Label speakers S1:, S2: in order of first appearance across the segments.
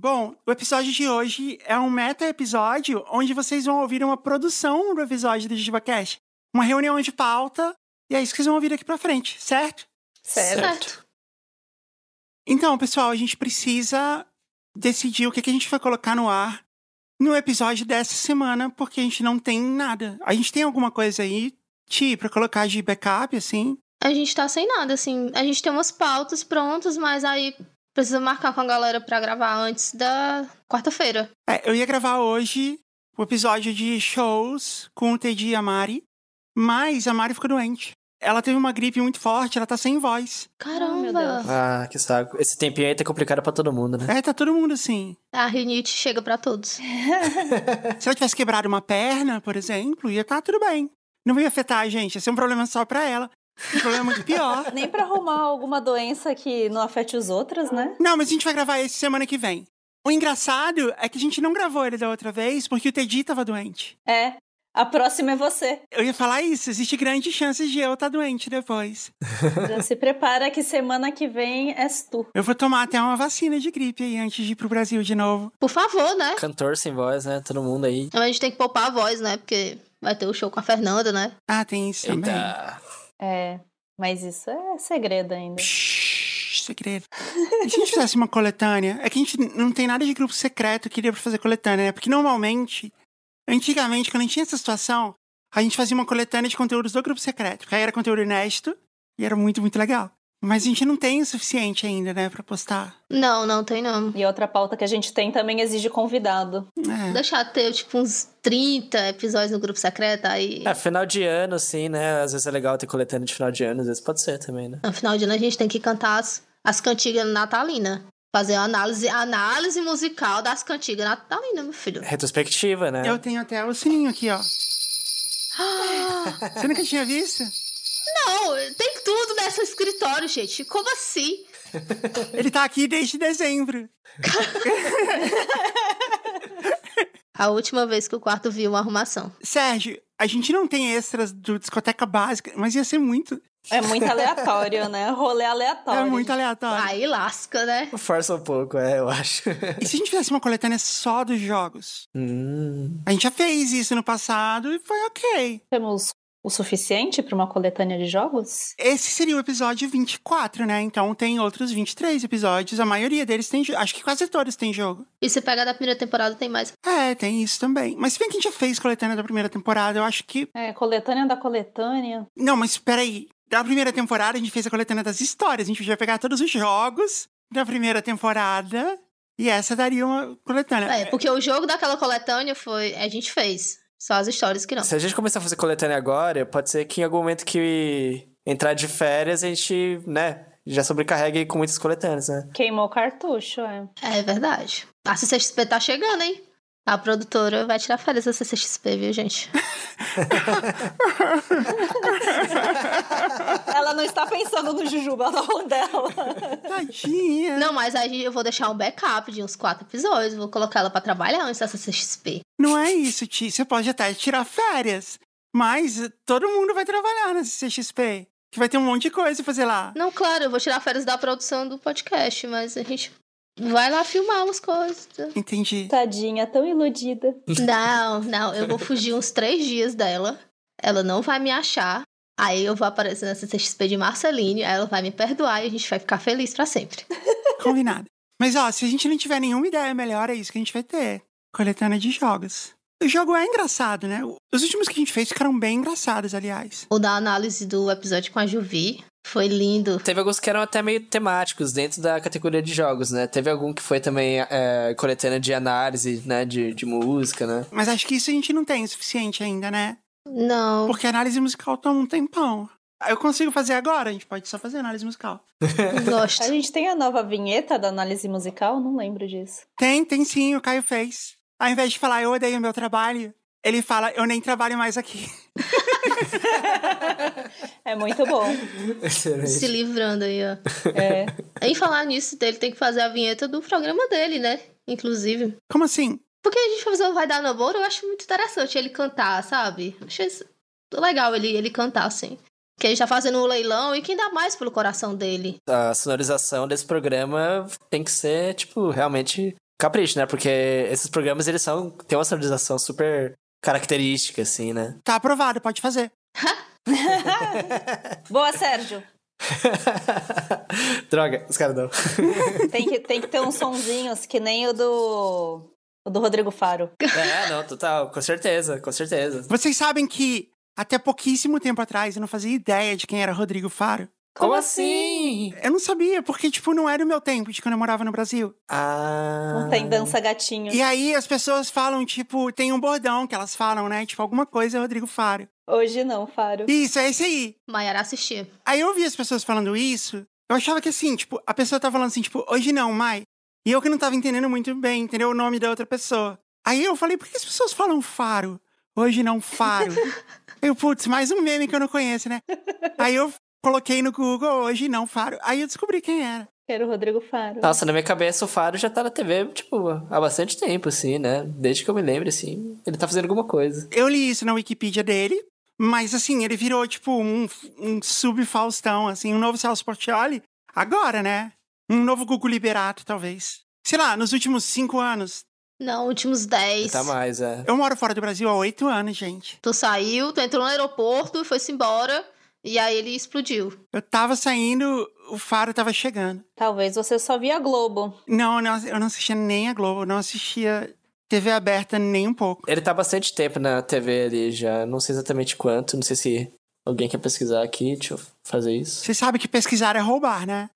S1: Bom, o episódio de hoje é um meta-episódio onde vocês vão ouvir uma produção do episódio do JujubaCast. Uma reunião de pauta, e é isso que vocês vão ouvir aqui pra frente, certo?
S2: Certo.
S1: Então, pessoal, a gente precisa decidir o que, que a gente vai colocar no ar no episódio dessa semana, porque a gente não tem nada. A gente tem alguma coisa aí, Ti, pra colocar de backup, assim?
S3: A gente tá sem nada, assim. A gente tem umas pautas prontas, mas aí precisa marcar com a galera pra gravar antes da quarta-feira.
S1: É, eu ia gravar hoje o episódio de shows com o Teddy e a Mari, mas a Mari ficou doente. Ela teve uma gripe muito forte, ela tá sem voz.
S2: meu
S3: Caramba!
S2: Deus.
S4: Ah, que saco. Esse tempinho aí tá complicado pra todo mundo, né?
S1: É, tá todo mundo assim.
S3: a rinite chega pra todos.
S1: Se ela tivesse quebrado uma perna, por exemplo, ia estar tudo bem. Não ia afetar a gente, ia ser um problema só pra ela. Um problema muito pior.
S2: Nem pra arrumar alguma doença que não afete os outros, né?
S1: Não, mas a gente vai gravar esse semana que vem. O engraçado é que a gente não gravou ele da outra vez porque o Teddy tava doente.
S2: É. A próxima é você.
S1: Eu ia falar isso, existe grande chance de eu estar doente depois.
S2: Já se prepara que semana que vem és tu.
S1: Eu vou tomar até uma vacina de gripe aí antes de ir pro Brasil de novo.
S3: Por favor, né?
S4: Cantor sem voz, né? Todo mundo aí.
S3: A gente tem que poupar a voz, né? Porque vai ter o show com a Fernanda, né?
S1: Ah, tem isso também.
S4: Eita.
S2: É. Mas isso é segredo ainda.
S1: Psh, segredo. E se a gente fizesse uma coletânea? É que a gente não tem nada de grupo secreto que dê pra fazer coletânea, né? Porque normalmente, antigamente, quando a gente tinha essa situação, a gente fazia uma coletânea de conteúdos do grupo secreto. Porque aí era conteúdo inédito e era muito, muito legal. Mas a gente não tem o suficiente ainda, né, pra postar.
S3: Não, não tem não.
S2: E outra pauta que a gente tem também exige convidado.
S1: É.
S3: Deixar ter, tipo, uns 30 episódios no grupo secreto, aí.
S4: É, final de ano, sim, né? Às vezes é legal ter coletânea de final de ano, às vezes pode ser também, né?
S3: No final de ano a gente tem que cantar as, as cantigas natalinas. Fazer a análise, a análise musical das cantigas natalinas, meu filho.
S4: Retrospectiva, né?
S1: Eu tenho até o sininho aqui, ó. Você nunca tinha visto?
S3: Não, tem tudo nesse escritório, gente. Como assim?
S1: Ele tá aqui desde dezembro.
S3: A última vez que o quarto viu uma arrumação.
S1: Sérgio, a gente não tem extras do discoteca básica, mas ia ser muito.
S2: É muito aleatório, né? Rolê aleatório.
S1: É muito aleatório.
S3: Aí lasca, né?
S4: Força um pouco, é, eu acho.
S1: E se a gente fizesse uma coletânea só dos jogos?
S4: hum.
S1: A gente já fez isso no passado e foi ok.
S2: Temos o suficiente pra uma coletânea de jogos?
S1: Esse seria o episódio 24, né? Então tem outros 23 episódios. A maioria deles tem. jo- Acho que quase todos tem jogo.
S3: E se pegar da primeira temporada, tem mais.
S1: É, tem isso também. Mas se bem que a gente já fez coletânea da primeira temporada, eu acho que.
S2: É, coletânea da coletânea.
S1: Não, mas peraí. Da primeira temporada a gente fez a coletânea das histórias. A gente podia pegar todos os jogos da primeira temporada. E essa daria uma coletânea.
S3: É, porque o jogo daquela coletânea foi. A gente fez. Só as histórias que não.
S4: Se a gente começar a fazer coletânea agora, pode ser que em algum momento que entrar de férias, a gente, né, já sobrecarregue com muitas coletâneas, né?
S2: Queimou o cartucho, é.
S3: É verdade. A CCXP tá chegando, hein? A produtora vai tirar férias da CCXP, viu, gente?
S2: Ela não está pensando no Jujuba, não dela.
S1: Tadinha.
S3: Não, mas aí eu vou deixar um backup de uns quatro episódios. Vou colocar ela pra trabalhar antes da CCXP.
S1: Não é isso, Ti. Você pode até tirar férias, mas todo mundo vai trabalhar na CXP. Que vai ter um monte de coisa pra fazer lá.
S3: Não, claro, eu vou tirar férias da produção do podcast, mas a gente vai lá filmar umas coisas.
S1: Entendi.
S2: Tadinha, tão iludida.
S3: Não, não, eu vou fugir uns três dias dela. Ela não vai me achar. Aí eu vou aparecer na CCXP de Marceline, aí ela vai me perdoar e a gente vai ficar feliz pra sempre.
S1: Combinado. Mas ó, se a gente não tiver nenhuma ideia melhor, é isso que a gente vai ter. Coletânea de jogos. O jogo é engraçado, né? Os últimos que a gente fez ficaram bem engraçados, aliás.
S3: O da análise do episódio com a Juvi foi lindo.
S4: Teve alguns que eram até meio temáticos dentro da categoria de jogos, né? Teve algum que foi também é, coletânea de análise, né? De, de música, né?
S1: Mas acho que isso a gente não tem o suficiente ainda, né?
S3: Não,
S1: Porque análise musical toma um tempão. Eu consigo fazer agora, a gente pode só fazer análise musical.
S3: não gosto.
S2: A gente tem a nova vinheta da análise musical? Não lembro disso.
S1: Tem, tem sim, o Caio fez. Ao invés de falar eu odeio meu trabalho, ele fala eu nem trabalho mais aqui.
S2: É muito bom.
S3: Tá Se livrando aí, ó.
S2: É.
S3: Em falar nisso, ele tem que fazer a vinheta do programa dele, né? Inclusive.
S1: Como assim?
S3: Porque a gente vai fazer o Vai Dar Namoro, eu acho muito interessante ele cantar, sabe? Achei isso- legal ele, ele cantar, assim. Que ele tá fazendo um leilão e quem dá mais pelo coração dele.
S4: A sonorização desse programa tem que ser, tipo, realmente capricho, né? Porque esses programas, eles são... Tem uma sonorização super característica, assim, né?
S1: Tá aprovado, pode fazer.
S2: Boa, Sérgio.
S4: Droga, os caras não.
S2: Tem que, tem que ter uns sonzinhos que nem o do, o do Rodrigo Faro.
S4: É, não, total. Com certeza, com certeza.
S1: Vocês sabem que até pouquíssimo tempo atrás eu não fazia ideia de quem era Rodrigo Faro.
S2: Como
S4: assim?
S1: Eu não sabia, porque, tipo, não era o meu tempo de quando eu morava no Brasil.
S4: Ah...
S2: Não tá tem dança gatinho.
S1: E aí as pessoas falam, tipo, tem um bordão que elas falam, né? Tipo, alguma coisa é Rodrigo Faro.
S2: Hoje não, Faro.
S1: Isso, é esse aí.
S3: Maiara assistir.
S1: Aí eu ouvi as pessoas falando isso, eu achava que assim, tipo, a pessoa tá falando assim, tipo, hoje não, Mai. E eu que não tava entendendo muito bem, entendeu? O nome da outra pessoa. Aí eu falei, por que as pessoas falam faro? Hoje não, faro. eu, putz, mais um meme que eu não conheço, né? Aí eu coloquei no Google, hoje não, faro. Aí eu descobri quem era.
S2: Quero o Rodrigo Faro.
S4: Nossa, na minha cabeça o Faro já tá na TV, tipo, há bastante tempo, assim, né? Desde que eu me lembro, assim, ele tá fazendo alguma coisa.
S1: Eu li isso na Wikipedia dele, mas assim, ele virou, tipo, um, um sub-Faustão, assim, um novo Celso Portioli. Agora, né? Um novo Gugu Liberato, talvez. Sei lá, nos últimos cinco anos.
S3: Não, últimos 10.
S4: Tá mais, é.
S1: Eu moro fora do Brasil há oito anos, gente.
S3: Tu saiu, tu entrou no aeroporto, foi-se embora, e aí ele explodiu.
S1: Eu tava saindo, o Faro tava chegando.
S2: Talvez você só via Globo.
S1: Não, eu não- eu não assistia nem a Globo, eu não assistia TV aberta nem um pouco.
S4: Ele tá há bastante tempo na TV ali já, não sei exatamente quanto, não sei se alguém quer pesquisar aqui, deixa eu fazer isso.
S1: Você sabe que pesquisar é roubar, né?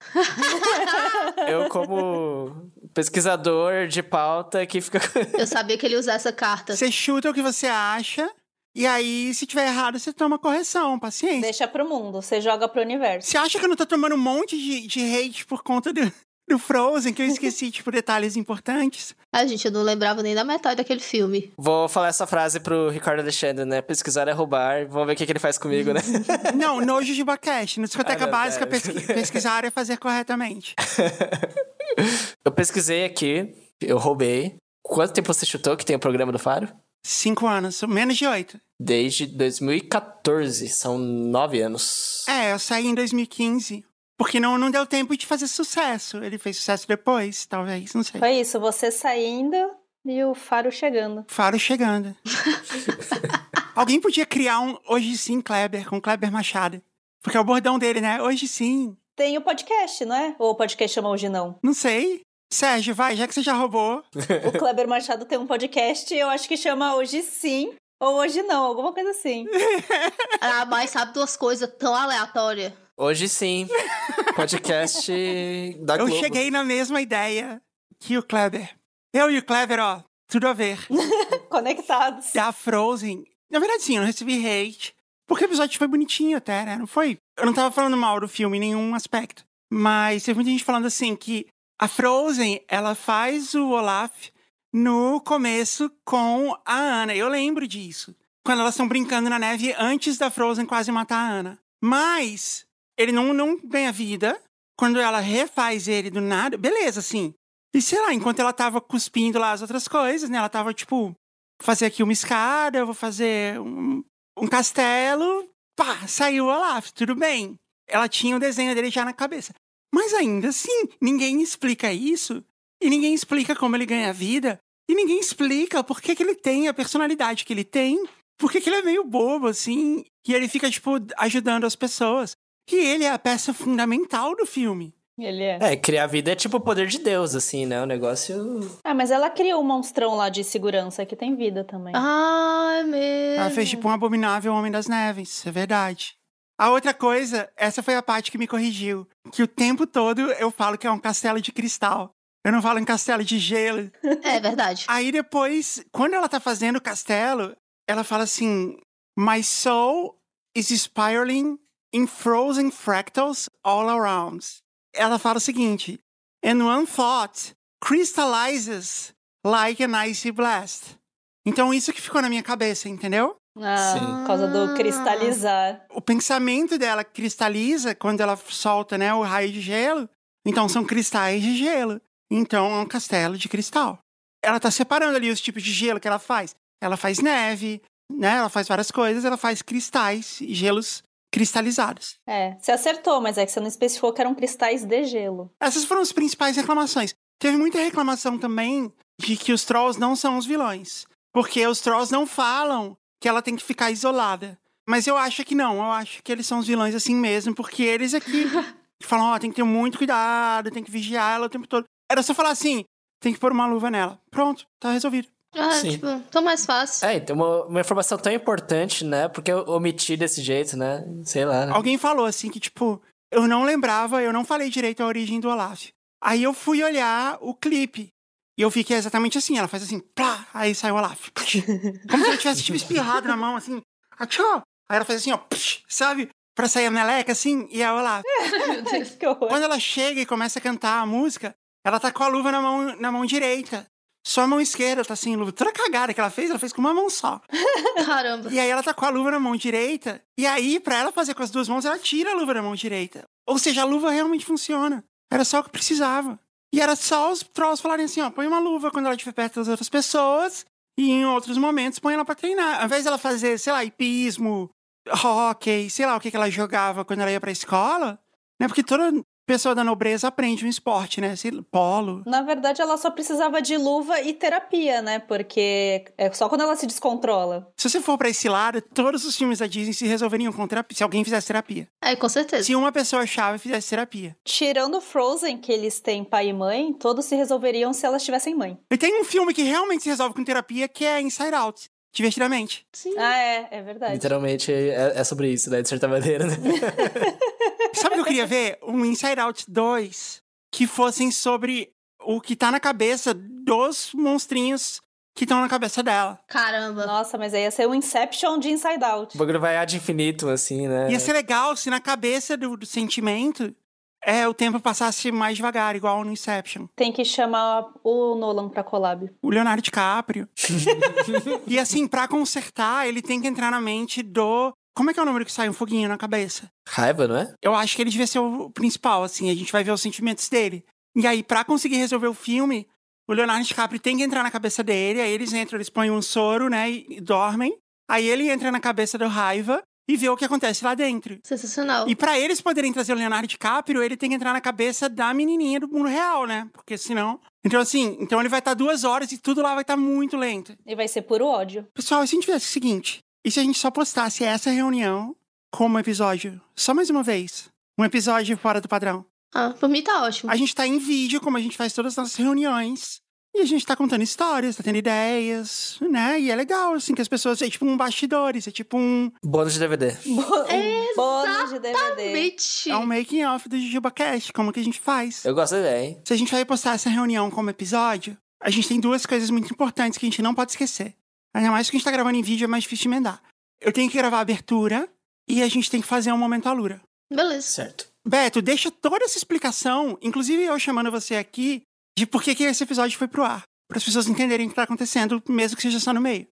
S4: Eu, como pesquisador de pauta, que fica.
S3: Eu sabia que ele ia usar essa carta.
S1: Você chuta o que você acha, e aí, se tiver errado, você toma correção, paciência.
S2: Deixa pro mundo, você joga pro universo.
S1: Você acha que eu não tô tomando um monte de, de hate por conta do, do Frozen, que eu esqueci, tipo, detalhes importantes?
S3: Ai, gente, eu não lembrava nem da metade daquele filme.
S4: Vou falar essa frase pro Ricardo Alexandre, né? Pesquisar é roubar, vamos ver o que, que ele faz comigo, né?
S1: Não, nojo de baquete. Na discoteca
S4: Ah, não,
S1: básica,
S4: sério.
S1: pesqui- pesquisar é fazer corretamente.
S4: eu pesquisei aqui, eu roubei. Quanto tempo você chutou que tem o programa do Faro?
S1: Cinco anos, menos de oito.
S4: Desde 2014, são nove anos.
S1: É, eu saí em 2015. Porque não, não deu tempo de fazer sucesso. Ele fez sucesso depois, talvez, não sei.
S2: Foi isso, você saindo e o Faro chegando.
S1: Faro chegando. Alguém podia criar um Hoje Sim Kleber, com Kleber Machado. Porque é o bordão dele, né? Hoje sim.
S2: Tem o podcast, não é? Ou o podcast chama hoje não.
S1: Não sei. Sérgio, vai, já que você já roubou.
S2: O Kleber Machado tem um podcast, eu acho que chama hoje sim ou hoje não, alguma coisa assim.
S3: Ah, mas sabe duas coisas tão aleatórias.
S4: Hoje sim. Podcast da
S1: Eu
S4: Globo.
S1: cheguei na mesma ideia que o Kleber. Eu e o Kleber, ó, tudo a ver.
S2: Conectados.
S1: da Frozen. Na verdade, sim, eu não recebi hate. Porque o episódio foi bonitinho até, né? Não foi. Eu não tava falando mal do filme em nenhum aspecto. Mas teve muita gente falando assim que a Frozen, ela faz o Olaf no começo com a Ana. Eu lembro disso. Quando elas estão brincando na neve antes da Frozen quase matar a Ana. Mas ele não, não ganha vida. Quando ela refaz ele do nada, beleza, assim. E sei lá, enquanto ela tava cuspindo lá as outras coisas, né? Ela tava, tipo, fazer aqui uma escada, eu vou fazer um, um castelo. Pá, saiu o Olaf, tudo bem. Ela tinha o desenho dele já na cabeça. Mas ainda assim, ninguém explica isso. E ninguém explica como ele ganha vida. E ninguém explica por que, que ele tem a personalidade que ele tem. Por que, que ele é meio bobo, assim. E ele fica, tipo, ajudando as pessoas. E ele é a peça fundamental do filme.
S2: Ele é.
S4: É, criar vida é tipo o poder de Deus, assim, né? O negócio.
S2: Ah, mas ela criou um monstrão lá de segurança que tem vida também.
S3: Ai,
S1: Ela
S3: meu.
S1: fez tipo um abominável Homem das Neves, é verdade. A outra coisa, essa foi a parte que me corrigiu, que o tempo todo eu falo que é um castelo de cristal. Eu não falo em castelo de gelo.
S3: É verdade.
S1: Aí depois, quando ela tá fazendo o castelo, ela fala assim: My soul is spiraling in frozen fractals all around. Ela fala o seguinte: And one thought crystallizes like an icy blast. Então, isso que ficou na minha cabeça, entendeu?
S2: Ah,
S4: Sim.
S2: Por causa do cristalizar.
S1: o pensamento dela cristaliza quando ela solta, né, o raio de gelo. Então são cristais de gelo. Então é um castelo de cristal. Ela tá separando ali os tipos de gelo que ela faz. Ela faz neve, né? Ela faz várias coisas, ela faz cristais, gelos cristalizados.
S2: É, você acertou, mas é que você não especificou que eram cristais de gelo.
S1: Essas foram as principais reclamações. Teve muita reclamação também de que os trolls não são os vilões. Porque os trolls não falam que ela tem que ficar isolada. Mas eu acho que não, eu acho que eles são os vilões assim mesmo, porque eles aqui falam, ó, tem que ter muito cuidado, tem que vigiar ela o tempo todo. Era só falar assim, tem que pôr uma luva nela. Pronto, tá resolvido.
S3: Ah,
S4: Sim.
S3: tipo, tão mais fácil.
S4: É, então uma, uma informação tão importante, né? Porque eu omiti desse jeito, né? Sei lá, né?
S1: Alguém falou assim que, tipo, eu não lembrava, eu não falei direito a origem do Olaf. Aí eu fui olhar o clipe. E eu vi que é exatamente assim, ela faz assim, plá, aí sai o Olaf. Como se eu tivesse tipo espirrado na mão, assim, achou? Aí ela faz assim, ó, sabe? Pra sair a meleca, assim, e é o Olaf.
S3: Meu Deus.
S2: Que horror.
S1: Quando ela chega e começa a cantar a música, ela tá com a luva na mão, na mão direita. Só a mão esquerda tá sem luva. Toda cagada que ela fez, ela fez com uma mão só.
S3: Caramba.
S1: E aí ela tá com a luva na mão direita. E aí, pra ela fazer com as duas mãos, ela tira a luva da mão direita. Ou seja, a luva realmente funciona. Era só o que precisava. E era só os trolls falarem assim, ó, põe uma luva quando ela estiver perto das outras pessoas. E em outros momentos, põe ela pra treinar. Ao invés dela fazer, sei lá, hipismo, hockey, sei lá o que, que ela jogava quando ela ia pra escola. Né? Porque toda pessoa da nobreza aprende um esporte, né? Sei lá, Polo.
S2: Na verdade, ela só precisava de luva e terapia, né? Porque é só quando ela se descontrola.
S1: Se você for pra esse lado, todos os filmes da Disney se resolveriam com terapia, se alguém fizesse terapia.
S3: É, com certeza.
S1: Se uma pessoa chave fizesse terapia.
S2: Tirando Frozen, que eles têm pai e mãe, todos se resolveriam se elas tivessem mãe.
S1: E tem um filme que realmente se resolve com terapia, que é Inside Out. Divertidamente.
S3: Sim.
S2: Ah, é, é verdade.
S4: Literalmente é, é sobre isso, né? De certa maneira, né?
S1: Sabe o que eu queria ver? Um Inside Out 2 que fossem sobre o que tá na cabeça dos monstrinhos que estão na cabeça dela.
S3: Caramba.
S2: Nossa, mas aí ia ser um Inception de Inside Out.
S4: O bagulho vai ad infinitum, assim, né?
S1: Ia ser legal se na cabeça do, do sentimento é o tempo passasse mais devagar, igual no Inception.
S2: Tem que chamar o Nolan pra collab.
S1: O Leonardo DiCaprio. e assim, pra consertar, ele tem que entrar na mente do. Como é que é o número que sai um foguinho na cabeça?
S4: Raiva, não é?
S1: Eu acho que ele devia ser o principal, assim. A gente vai ver os sentimentos dele. E aí, pra conseguir resolver o filme, o Leonardo DiCaprio tem que entrar na cabeça dele. Aí eles entram, eles põem um soro, né? E, e dormem. Aí ele entra na cabeça do Raiva e vê o que acontece lá dentro.
S3: Sensacional.
S1: E pra eles poderem trazer o Leonardo DiCaprio, ele tem que entrar na cabeça da menininha do mundo real, né? Porque senão... Então, assim, então ele vai estar duas horas e tudo lá vai estar muito lento.
S2: E vai ser puro ódio.
S1: Pessoal, e se a gente fizesse o seguinte? E se a gente só postasse essa reunião como episódio? Só mais uma vez. Um episódio fora do padrão.
S3: Ah, por mim tá ótimo.
S1: A gente tá em vídeo, como a gente faz todas as nossas reuniões. E a gente tá contando histórias, tá tendo ideias, né? E é legal, assim, que as pessoas. É tipo um bastidores, é tipo um.
S4: Bônus de DVD.
S2: Bo- um bônus de DVD.
S3: Exatamente.
S1: É um making off do JujubaCast, como que a gente faz.
S4: Eu gosto da ideia, hein?
S1: Se a gente vai postar essa reunião como episódio, a gente tem duas coisas muito importantes que a gente não pode esquecer. Ainda mais que a gente tá gravando em vídeo, é mais difícil de emendar. Eu tenho que gravar a abertura e a gente tem que fazer um momento à lura.
S3: Beleza.
S4: Certo.
S1: Beto, deixa toda essa explicação, inclusive eu chamando você aqui, de por que, que esse episódio foi pro ar. Para as pessoas entenderem o que tá acontecendo, mesmo que seja só no meio.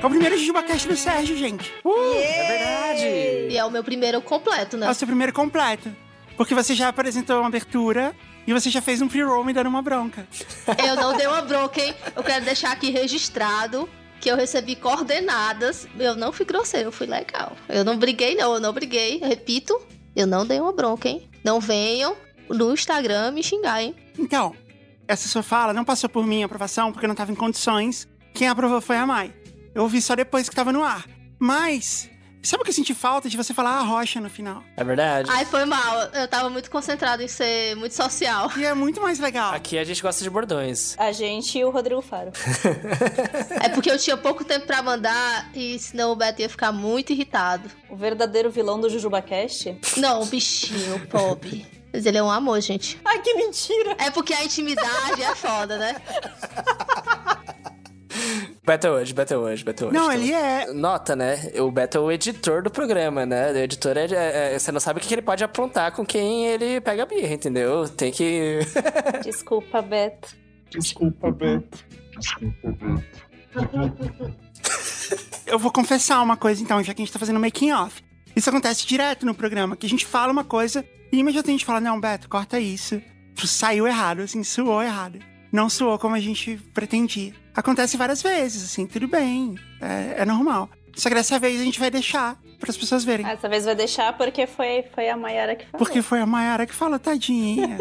S1: É o primeiro JujubaCast do Sérgio, gente.
S4: É verdade!
S3: E é o meu primeiro completo, né?
S1: É o seu primeiro completo. Porque você já apresentou uma abertura e você já fez um pre-roll me dando uma bronca.
S3: Eu não dei uma bronca, hein? Eu quero deixar aqui registrado que eu recebi coordenadas. Eu não fui grosseiro, eu fui legal. Eu não briguei, não, eu não briguei. Repito, eu não dei uma bronca, hein? Não venham no Instagram me xingar, hein?
S1: Então, essa sua fala não passou por minha aprovação porque eu não tava em condições. Quem aprovou foi a Mai. Eu ouvi só depois que tava no ar. Mas, sabe o que eu senti falta de você falar a rocha no final?
S4: É verdade.
S3: Ai, foi mal. Eu tava muito concentrado em ser muito social.
S1: E é muito mais legal.
S4: Aqui a gente gosta de bordões.
S2: A gente e o Rodrigo Faro.
S3: É porque eu tinha pouco tempo pra mandar e senão o Beto ia ficar muito irritado.
S2: O verdadeiro vilão do JujubaCast.
S3: Não, o bichinho, pobre. Mas ele é um amor, gente.
S2: Ai, que mentira!
S3: É porque a intimidade é foda, né?
S4: Beto hoje, Beto hoje, Beto hoje.
S1: Não, ele é.
S4: então. Nota, né? O Beto é o editor do programa, né? O editor é, é- é- Você não sabe o que que ele pode aprontar com quem ele pega a birra, entendeu? Tem que.
S2: Desculpa, Beto.
S1: Eu vou confessar uma coisa então, já que a gente tá fazendo making off. Isso acontece direto no programa, que a gente fala uma coisa e imediatamente a gente fala, não, Beto, corta isso. Saiu errado, assim, suou errado. não soou como a gente pretendia. Acontece várias vezes, assim, tudo bem, é, é normal. Só que dessa vez a gente vai deixar para as pessoas verem.
S2: Essa vez vai deixar porque foi, foi a Mayara que falou.
S1: Porque foi a Mayara que falou, tadinha.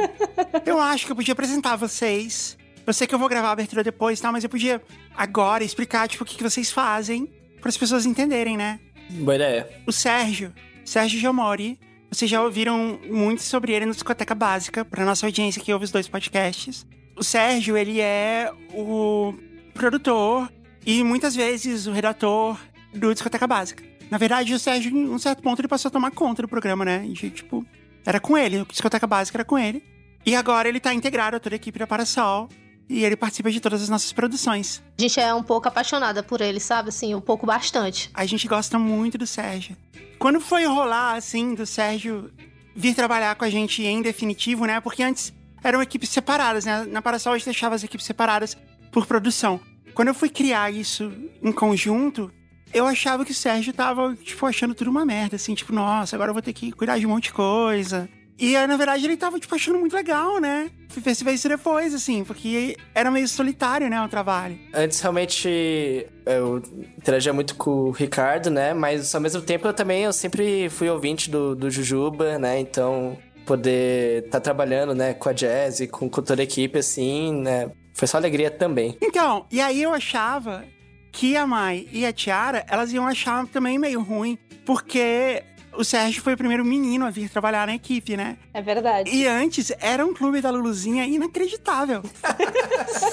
S1: eu acho que eu podia apresentar vocês. Eu sei que eu vou gravar a abertura depois e tal, mas eu podia agora explicar, tipo, o que, que vocês fazem para as pessoas entenderem, né?
S4: Boa ideia.
S1: O Sérgio, Sérgio Giamori, vocês já ouviram muito sobre ele no Discoteca Básica, para nossa audiência que ouve os dois podcasts. O Sérgio, ele é o produtor e muitas vezes o redator do Discoteca Básica. Na verdade, o Sérgio, em um certo ponto, ele passou a tomar conta do programa, né? E, tipo, era com ele, o Discoteca Básica era com ele. E agora ele tá integrado a toda a equipe da Parasol e ele participa de todas as nossas produções.
S3: A gente é um pouco apaixonada por ele, sabe? Assim, um pouco bastante.
S1: A gente gosta muito do Sérgio. Quando foi rolar, assim, do Sérgio vir trabalhar com a gente em definitivo, né? Porque antes eram equipes separadas, né? Na Parasol a gente deixava as equipes separadas por produção. Quando eu fui criar isso em conjunto, eu achava que o Sérgio tava, tipo, achando tudo uma merda, assim, tipo, nossa, agora eu vou ter que cuidar de um monte de coisa. E aí, na verdade, ele tava, tipo, achando muito legal, né? Fui perceber isso depois, assim, porque era meio solitário, né, o trabalho.
S4: Antes, realmente, eu interagia muito com o Ricardo, né? Mas, ao mesmo tempo, eu também eu sempre fui ouvinte do, do Jujuba, né? Então, poder estar trabalhando, né, com a Jazz e com, com toda a equipe, assim, né? Foi só alegria também.
S1: Então, e aí eu achava que a Mai e a Tiara, elas iam achar também meio ruim, porque o Sérgio foi o primeiro menino a vir trabalhar na equipe, né?
S2: É verdade.
S1: E antes era um clube da Luluzinha inacreditável.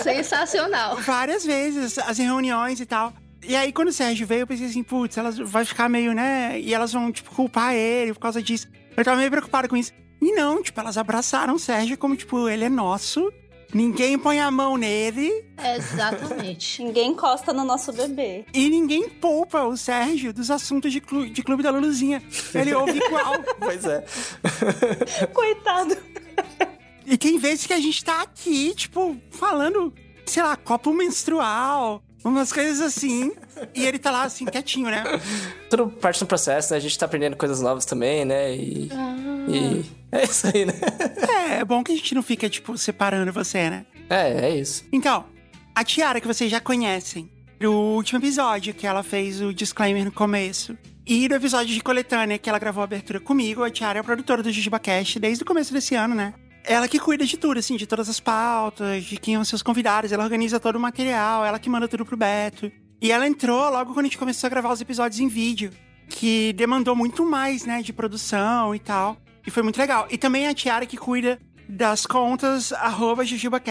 S3: Sensacional.
S1: Várias vezes, as reuniões e tal. E aí, quando o Sérgio veio, eu pensei assim, putz, elas vai ficar meio, né? E elas vão, tipo, culpar ele por causa disso. Eu tava meio preocupado com isso. E não, tipo, elas abraçaram o Sérgio como, tipo, ele é nosso. Ninguém põe a mão nele
S3: Exatamente.
S2: Ninguém encosta no nosso bebê.
S1: e ninguém poupa o Sérgio dos assuntos de, clu de clube da Luluzinha. Ele ouve igual.
S4: Pois é.
S2: Coitado.
S1: E tem vezes que a gente tá aqui, tipo, falando, sei lá, copo menstrual, umas coisas assim. E ele tá lá, assim, quietinho, né?
S4: Tudo parte do processo, né? A gente tá aprendendo coisas novas também, né? E, e é isso aí, né?
S1: É, é bom que a gente não fica, tipo, separando você, né?
S4: É, é isso.
S1: Então, a Tiara que vocês já conhecem, do último episódio que ela fez o disclaimer no começo, e do episódio de coletânea que ela gravou a abertura comigo, a Tiara é a produtora do JujubaCast desde o começo desse ano, né? Ela que cuida de tudo, assim, de todas as pautas, de quem são seus convidados, ela organiza todo o material, ela que manda tudo pro Beto. E ela entrou logo quando a gente começou a gravar os episódios em vídeo, que demandou muito mais, né, de produção e tal. E foi muito legal. E também a Tiara que cuida das contas arroba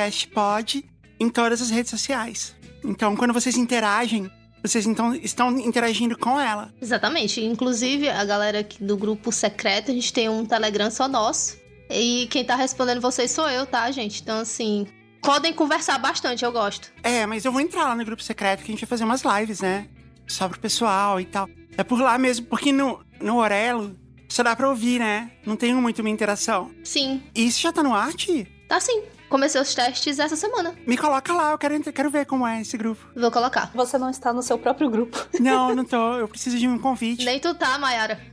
S1: jujubacastpod em todas as redes sociais. Então, quando vocês interagem, vocês então estão interagindo com ela.
S3: Exatamente. Inclusive, a galera aqui do grupo secreto, a gente tem um Telegram só nosso. E quem tá respondendo vocês sou eu, tá, gente? Então, assim, podem conversar bastante, eu gosto.
S1: É, mas eu vou entrar lá no grupo secreto que a gente vai fazer umas lives, né? Só pro pessoal e tal. É por lá mesmo, porque no, no Orelo só dá pra ouvir, né? Não tem muito uma interação.
S3: Sim,
S1: E isso já tá no arte?
S3: tá sim. Comecei os testes essa semana.
S1: Me coloca lá, eu quero, entrar- quero ver como é esse grupo.
S3: Vou colocar.
S2: Você não está no seu próprio grupo.
S1: Não, não tô. Eu preciso de um convite.
S3: Nem tu tá, Mayara.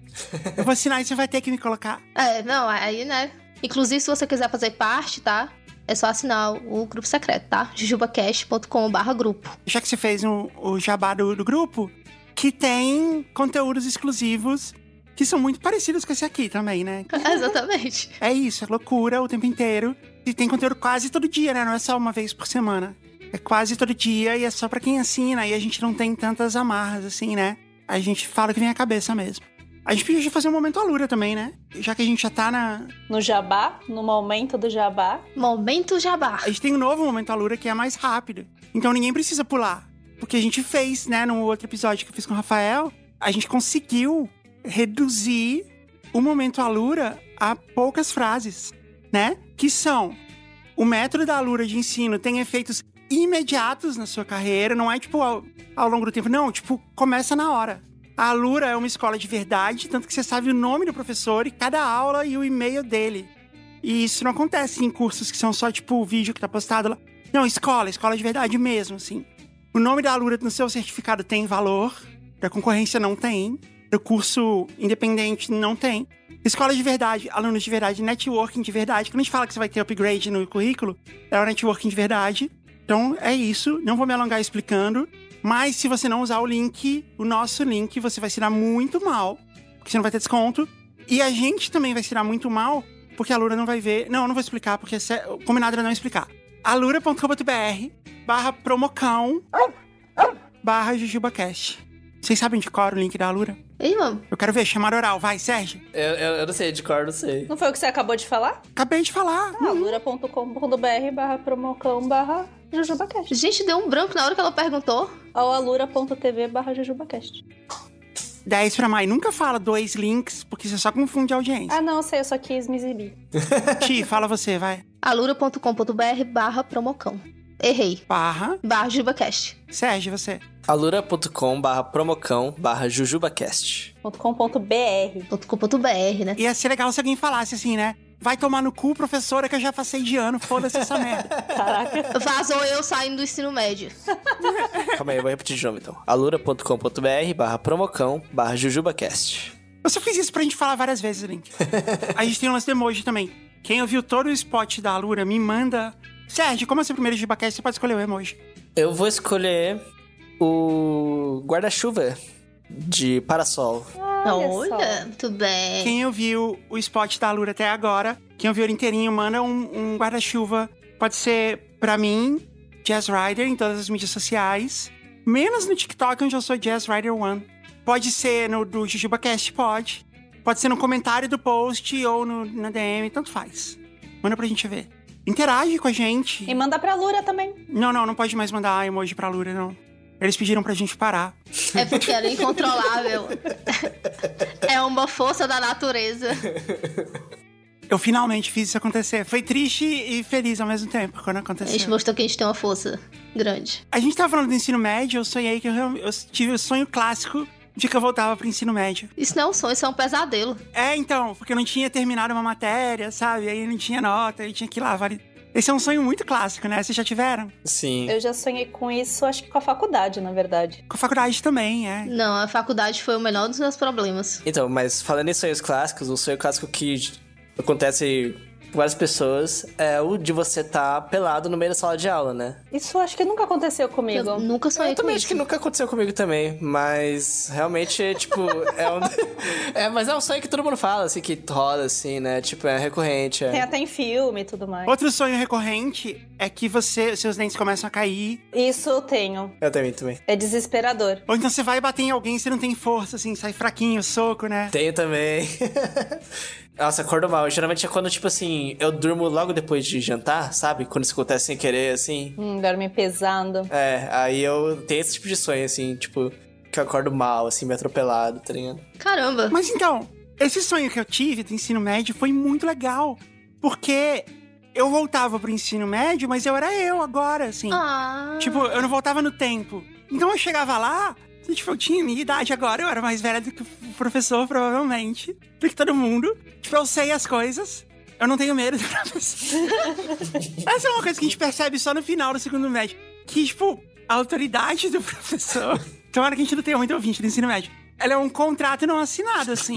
S1: Eu vou assinar e você vai ter que me colocar.
S3: É, não, aí, né? Inclusive, se você quiser fazer parte, tá? É só assinar o grupo secreto, tá? jujubacast.com.br grupo.
S1: já que você fez um- o jabá do, do grupo, que tem conteúdos exclusivos que são muito parecidos com esse aqui também, né?
S3: Exatamente.
S1: É isso, é loucura o tempo inteiro. E tem conteúdo quase todo dia, né? Não é só uma vez por semana. É quase todo dia e é só pra quem assina. E a gente não tem tantas amarras assim, né? A gente fala o que vem à cabeça mesmo. A gente podia fazer um momento alura também, né? Já que a gente já tá na.
S2: No jabá, no momento do jabá.
S3: Momento Jabá.
S1: A gente tem um novo momento alura que é mais rápido. Então ninguém precisa pular. Porque a gente fez, né, no outro episódio que eu fiz com o Rafael, a gente conseguiu reduzir o momento alura a poucas frases, né? Que são: o método da alura de ensino tem efeitos imediatos na sua carreira, não é tipo ao, ao longo do tempo, não, tipo, começa na hora. A Alura é uma escola de verdade, tanto que você sabe o nome do professor e cada aula e o e-mail dele. E isso não acontece em cursos que são só, tipo, o vídeo que tá postado lá. Não, escola, escola de verdade mesmo, assim. O nome da Alura no seu certificado tem valor, da concorrência não tem. Recurso independente não tem. Escola de verdade, alunos de verdade, networking de verdade. Quando a gente fala que você vai ter upgrade no currículo, é o networking de verdade. Então é isso. Não vou me alongar explicando. Mas se você não usar o link, o nosso link, você vai se dar muito mal. Porque você não vai ter desconto. E a gente também vai se dar muito mal, porque a Lura não vai ver. Não, eu não vou explicar, porque é combinado era não explicar. alura.com.br barra promocão barra jujubacast. Vocês sabem de cor o link da Alura?
S3: Ei, mano.
S1: Eu quero ver, chamar oral. Vai, Sérgio.
S4: Eu, eu, eu não sei, de cor, eu não sei.
S2: Não foi o que você acabou de falar?
S1: Acabei de falar.
S2: Ah, alura.com.br barra promocão barra jujubacast.
S3: Gente, deu um branco na hora que ela perguntou.
S2: Ou alura.tv barra jujubacast.
S1: 10 pra mais. Nunca fala dois links, porque você só confunde a audiência.
S2: Ah, não, eu sei, eu só quis me exibir.
S1: Ti, fala você, vai.
S3: alura.com.br barra promocão. Errei.
S1: Barra.
S3: Barra JubaCast.
S1: Sérgio, você.
S4: alura.com barra promocão barra jujubacast.
S2: .com.br
S3: .com.br, né?
S1: Ia ser legal se alguém falasse assim, né? Vai tomar no cu, professora, que eu já passei de ano. Foda-se essa merda.
S2: Caraca.
S3: Vazou eu saindo do ensino médio.
S4: Calma aí, eu vou repetir de novo então. alura.com.br barra promocão barra jujubacast.
S1: Eu só fiz isso pra gente falar várias vezes, Link. A gente tem um lance do emoji também. Quem ouviu todo o spot da Alura, me manda. Sérgio, como é seu primeiro Jibacast? Você pode escolher o emoji.
S4: Eu vou escolher o guarda-chuva de parasol.
S2: só.
S3: Olha, muito bem.
S1: Quem ouviu o spot da Alura até agora, quem ouviu ele inteirinho, manda um, um guarda-chuva. Pode ser pra mim, Jazz Rider, em todas as mídias sociais. Menos no TikTok, onde eu sou Jazz Rider One. Pode ser no do JujubaCast, pode. Pode ser no comentário do post ou no, na DM, tanto faz. Manda pra gente ver. Interage com a gente.
S2: E manda pra Lura também.
S1: Não, não, não pode mais mandar emoji pra Lura, não. Eles pediram pra gente parar.
S3: É porque era incontrolável. é uma força da natureza.
S1: Eu finalmente fiz isso acontecer. Foi triste e feliz ao mesmo tempo quando
S3: A
S1: aconteceu.
S3: gente mostrou que a gente tem uma força grande.
S1: A gente tava falando do ensino médio, eu sonhei que eu, real- eu tive o sonho clássico de que eu voltava pro ensino médio.
S3: Isso não é um sonho, isso é um pesadelo.
S1: É, então, porque eu não tinha terminado uma matéria, sabe? Aí não tinha nota, aí tinha que ir lá. Vale... Esse é um sonho muito clássico, né? Vocês já tiveram?
S4: Sim.
S2: Eu já sonhei com isso, acho que com a faculdade, na verdade.
S1: Com a faculdade também, é.
S3: Não, a faculdade foi o menor dos meus problemas.
S4: Então, mas falando em sonhos clássicos, um sonho clássico que acontece com várias pessoas é o de você estar pelado no meio da sala de aula, né?
S2: Isso acho que nunca aconteceu comigo.
S3: Eu nunca sonhei
S4: Eu também
S3: com
S4: acho
S3: isso.
S4: que nunca aconteceu comigo também, mas realmente, é, tipo, é um... É, mas é um sonho que todo mundo fala, assim, que rola, assim, né? Tipo, é recorrente,
S2: Tem
S4: é.
S2: até em filme e tudo mais.
S1: Outro sonho recorrente é que você, seus dentes começam a cair,
S2: Isso eu tenho.
S4: Eu também, também.
S2: É desesperador.
S1: ou então você vai bater em alguém, você não tem força, assim, sai fraquinho, soco, né?
S4: Tenho também. Nossa, acordo mal. Geralmente é quando, tipo assim, eu durmo logo depois de jantar, sabe? Quando isso acontece sem querer, assim.
S2: Hum, dorme pesando.
S4: É, aí eu tenho esse tipo de sonho, assim, tipo, que eu acordo mal, assim, me atropelado, tá ligado?
S3: Caramba.
S1: Mas então, esse sonho que eu tive do ensino médio foi muito legal. Porque eu voltava pro ensino médio, mas eu era eu agora, assim.
S3: Ah.
S1: Tipo, eu não voltava no tempo. Então eu chegava lá, tipo, eu tinha minha idade agora, eu era mais velha do que o professor, provavelmente. Do que todo mundo. Tipo, eu sei as coisas. Eu não tenho medo do professor. Essa é uma coisa que a gente percebe só no final do segundo médio. Que, tipo, a autoridade do professor. Tomara que a gente não tenha muito ouvinte do ensino médio. Ela é um contrato não assinado, assim.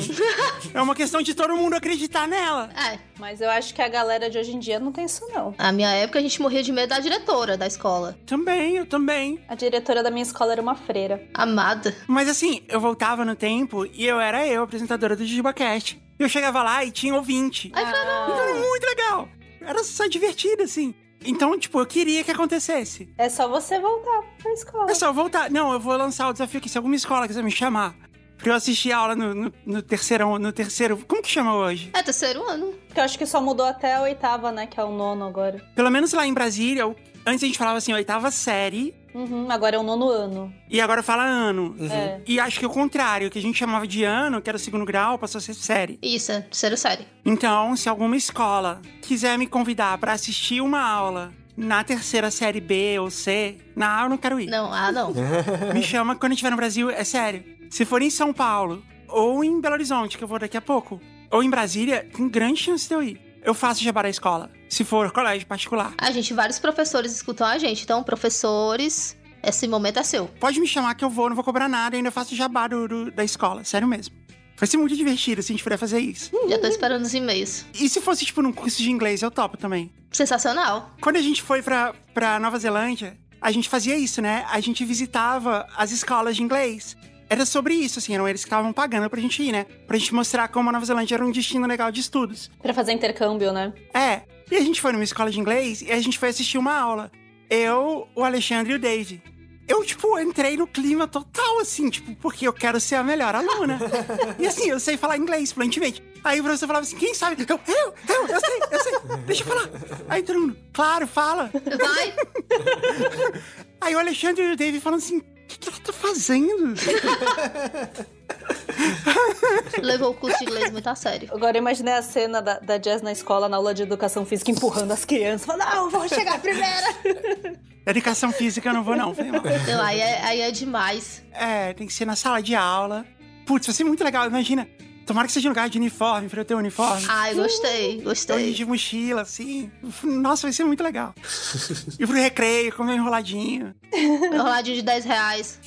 S1: É uma questão de todo mundo acreditar nela.
S3: É,
S2: Mas eu acho que a galera de hoje em dia não tem isso, não.
S3: na minha época a gente morria de medo da diretora da escola.
S1: Também, eu também.
S2: A diretora da minha escola era uma freira.
S3: Amada.
S1: Mas assim, eu voltava no tempo e eu era eu, apresentadora do JujubaCast. E eu chegava lá e tinha ouvinte.
S3: Ai,
S1: Então era
S2: Ah,
S1: muito legal. Era só divertido, assim. Então, tipo, eu queria que acontecesse.
S2: é só você voltar pra escola.
S1: É só eu voltar. Não, eu vou lançar o desafio aqui. Se alguma escola quiser me chamar pra eu assistir aula no, no, no terceirão, no terceiro. Como que chama hoje?
S3: É terceiro ano.
S2: Porque eu acho que só mudou até a oitava, né? Que é o nono agora.
S1: Pelo menos lá em Brasília, o- antes a gente falava assim, oitava série.
S2: Uhum, agora é o nono ano.
S1: E agora fala ano.
S2: É.
S1: E acho que é o contrário, que a gente chamava de ano, que era o segundo grau, passou a ser série.
S3: Isso, é terceiro série.
S1: Então, se alguma escola quiser me convidar pra assistir uma aula na terceira série B ou C, na A eu não quero ir.
S3: Não, ah, não.
S1: Me chama quando estiver no Brasil, é sério. Se for em São Paulo ou em Belo Horizonte, que eu vou daqui a pouco, ou em Brasília, tem grande chance de eu ir. Eu faço jabá da escola, se for colégio particular.
S3: A gente, vários professores escutam a gente. Então, professores, Esse momento é seu.
S1: Pode me chamar que eu vou, não vou cobrar nada, ainda faço jabá do- do- da escola, sério mesmo. Vai ser muito divertido se a gente puder fazer isso.
S3: Já tô esperando os e-mails.
S1: E se fosse, tipo, num curso de inglês, eu topo também.
S3: Sensacional.
S1: Quando a gente foi pra, pra Nova Zelândia, a gente fazia isso, né? A gente visitava as escolas de inglês. Era sobre isso, assim, eram eles que estavam pagando pra gente ir, né? Pra gente mostrar como a Nova Zelândia era um destino legal de estudos.
S2: Pra fazer intercâmbio, né?
S1: É, e a gente foi numa escola de inglês e a gente foi assistir uma aula. Eu, o Alexandre e o Dave. Eu, tipo, entrei no clima total, assim, tipo, porque eu quero ser a melhor aluna. e assim, eu sei falar inglês fluentemente. Aí o professor falava assim, quem sabe? Eu, eu, eu, eu sei, eu sei, deixa eu falar. Aí todo mundo, claro, fala.
S3: Vai,
S1: Aí o Alexandre e o Dave falando assim, o que, que ela tá fazendo?
S3: levou o curso de inglês muito a sério.
S2: Agora eu imaginei a cena da, da Jazz na escola, na aula de educação física, empurrando as crianças. Falando, não, eu vou chegar primeira.
S1: Dedicação física eu não vou não, foi mal.
S3: Então, aí, é, aí é demais.
S1: É, tem que ser na sala de aula. Putz, vai ser muito legal, imagina. Tomara que seja um lugar de uniforme, pra eu ter um uniforme.
S3: Ai, gostei,
S1: Então, ir
S3: gostei.
S1: de mochila, assim. Nossa, vai ser muito legal. E pro recreio, comer um enroladinho.
S3: Enroladinho de 10 reais.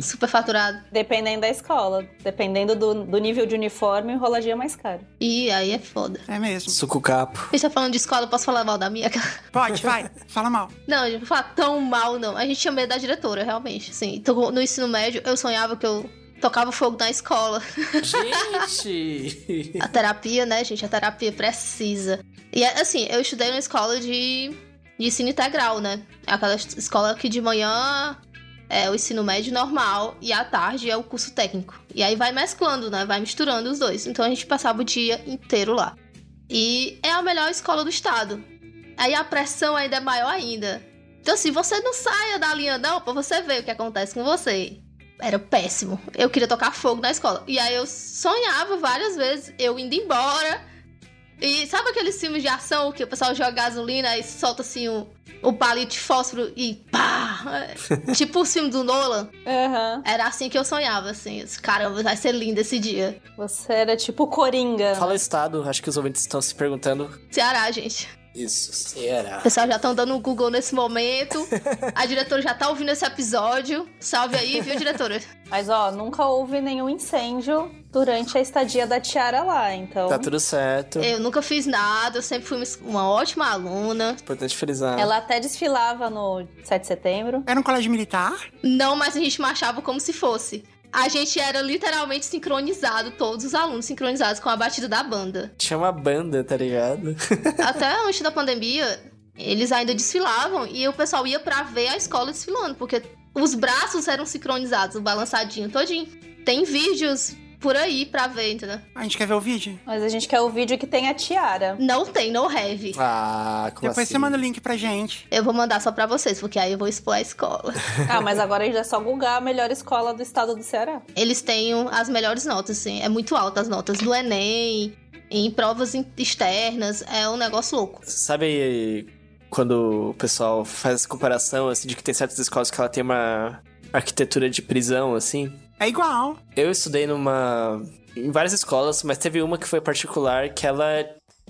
S3: Super faturado.
S2: Dependendo da escola, dependendo do, do nível de uniforme, o enroladinho é mais caro.
S3: Ih, aí é foda.
S1: É mesmo.
S4: Suco capo.
S3: A gente tá falando de escola, eu posso falar mal da minha?
S1: Pode, vai. Fala mal.
S3: Não, eu não vou falar tão mal, não. A gente tinha medo da diretora, realmente. Sim. Então, no ensino médio, eu sonhava que eu tocava fogo na escola.
S4: Gente!
S3: A terapia, né, gente? A terapia precisa. E é, assim, eu estudei numa escola de, de ensino integral, né? É Aquela est- escola que de manhã é o ensino médio normal e à tarde é o curso técnico. E aí vai mesclando, né? Vai misturando os dois. Então a gente passava o dia inteiro lá. E é a melhor escola do estado. Aí a pressão ainda é maior ainda. Então, assim, você não saia da linha, não, pra você ver o que acontece com você era péssimo. Eu queria tocar fogo na escola. E aí eu sonhava várias vezes eu indo embora. E sabe aqueles filmes de ação que o pessoal joga gasolina e solta assim um, um palito de fósforo e pá! tipo o filme do Nolan.
S2: Aham.
S3: Era assim que eu sonhava, assim. Eu disse, Caramba, vai ser lindo esse dia.
S2: Você era tipo Coringa.
S4: Fala o estado, acho que os ouvintes estão se perguntando.
S3: Ceará, gente.
S4: Isso,
S3: O
S4: será?
S3: pessoal já estão dando um Google nesse momento. A diretora já tá ouvindo esse episódio. Salve aí, viu, diretora?
S2: Mas ó, nunca houve nenhum incêndio durante a estadia da Tiara lá, então.
S4: Tá tudo certo.
S3: Eu nunca fiz nada, eu sempre fui uma ótima aluna.
S4: Importante frisar.
S2: Ela até desfilava no 7 de setembro.
S1: Era um colégio militar?
S3: Não, mas a gente marchava como se fosse. A gente era literalmente sincronizado, todos os alunos sincronizados com a batida da banda.
S4: Tinha uma banda, tá ligado?
S3: Até antes da pandemia, eles ainda desfilavam e o pessoal ia pra ver a escola desfilando, porque os braços eram sincronizados, o balançadinho todinho. Tem vídeos por aí pra ver, entendeu?
S1: A gente quer ver o vídeo?
S2: Mas a gente quer o vídeo que tem a Tiara.
S3: Não tem, no have.
S4: Ah, como
S1: Depois
S4: assim?
S1: você manda o link pra gente.
S3: Eu vou mandar só pra vocês, porque aí eu vou expor a escola.
S2: Ah, mas agora a gente é só googar a melhor escola do estado do Ceará.
S3: Eles têm um- as melhores notas, assim. É muito alta as notas do Enem, em provas in- externas. É um negócio louco.
S4: Sabe quando o pessoal faz essa comparação, assim, de que tem certas escolas que ela tem uma arquitetura de prisão, assim?
S1: É igual.
S4: Eu estudei numa... em várias escolas, mas teve uma que foi particular que ela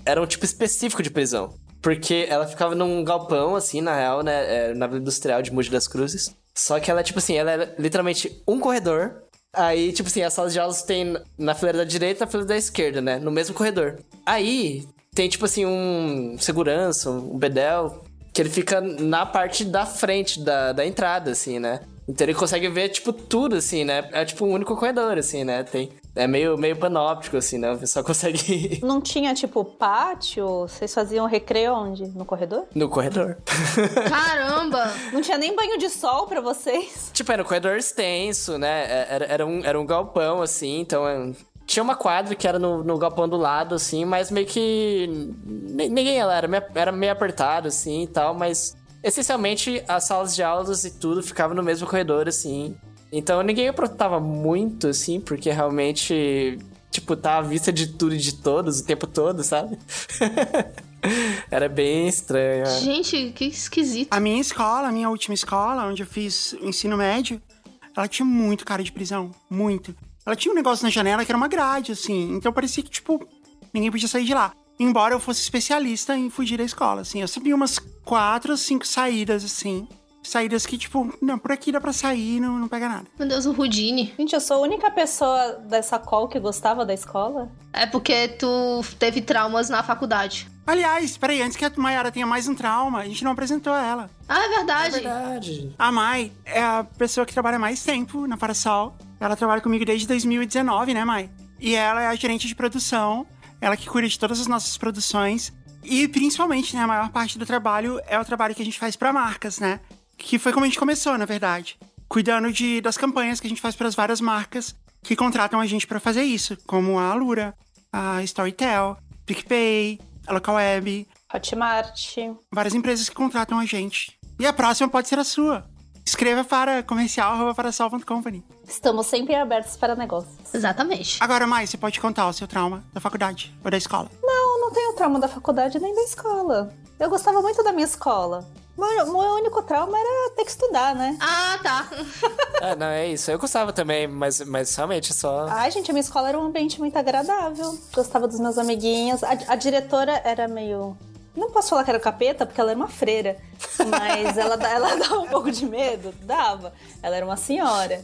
S4: era um tipo específico de prisão. Porque ela ficava num galpão, assim, na real, né? é, Na Vila Industrial de Mogi das Cruzes. Só que ela, tipo assim, ela era literalmente um corredor. Aí, tipo assim, as salas de aulas tem na fileira da direita e na fileira da esquerda, né? No mesmo corredor. Aí, tem, tipo assim, um segurança, um bedel, que ele fica na parte da frente da, da entrada, assim, né? Então ele consegue ver, tipo, tudo, assim, né? É tipo um único corredor, assim, né? Tem, é meio, meio panóptico, assim, né? O pessoal consegue
S2: Não tinha, tipo, pátio? Vocês faziam recreio onde? No corredor?
S4: No corredor.
S3: Caramba!
S2: Não tinha nem banho de sol pra vocês?
S4: tipo, era um corredor extenso, né? É- Era, era, um, era um galpão, assim, então. é, Tinha uma quadra que era no, no galpão do lado, assim, mas meio que. ni- Ninguém ela era, meio- era meio apertado, assim e tal, mas essencialmente as salas de aulas e tudo ficavam no mesmo corredor, assim. Então ninguém aprontava muito, assim, porque realmente, tipo, tá à vista de tudo e de todos o tempo todo, sabe? era bem estranho. é.
S3: Gente, que esquisito.
S1: A minha escola, a minha última escola, onde eu fiz o ensino médio, ela tinha muito cara de prisão. Muito. Ela tinha um negócio na janela que era uma grade, assim. Então parecia que, tipo, ninguém podia sair de lá. Embora eu fosse especialista em fugir da escola, assim. Eu sabia umas quatro ou cinco saídas, assim. saídas que, tipo, não, por aqui dá pra sair, não, não pega nada.
S3: Meu Deus, o Rudine.
S2: Gente, eu sou a única pessoa dessa call que gostava da escola?
S3: É porque tu teve traumas na faculdade.
S1: Aliás, peraí, antes que a Mayara tenha mais um trauma, a gente não apresentou ela.
S3: Ah, é verdade.
S4: Verdade.
S1: A Mai é a pessoa que trabalha mais tempo na Parasol. Ela trabalha comigo desde 2019, né, Mai? E ela é a gerente de produção, ela que cuida de todas as nossas produções. E principalmente, né, a maior parte do trabalho é o trabalho que a gente faz pra marcas, né? Que foi como a gente começou, na verdade. Cuidando de, das campanhas que a gente faz pras várias marcas que contratam a gente pra fazer isso, como a Alura, a Storytel, PicPay, a Localweb,
S2: Hotmart.
S1: várias empresas que contratam a gente. E a próxima pode ser a sua. Escreva para comercial.parasol.company.
S2: Estamos sempre abertos para negócios.
S3: Exatamente.
S1: Agora, Mai, você pode contar o seu trauma da faculdade ou da escola.
S2: Não, não tenho trauma da faculdade nem da escola. Eu gostava muito da minha escola. Meu, meu único trauma era ter que estudar, né?
S3: Ah, tá.
S4: Ah, não, é isso. Eu gostava também, mas, mas realmente só.
S2: Ai, gente, a minha escola era um ambiente muito agradável. Gostava dos meus amiguinhos. A, a diretora era meio. Não posso falar que era capeta, porque ela era uma freira. Mas ela, dá- ela dava um pouco de medo? Dava. Ela era uma senhora.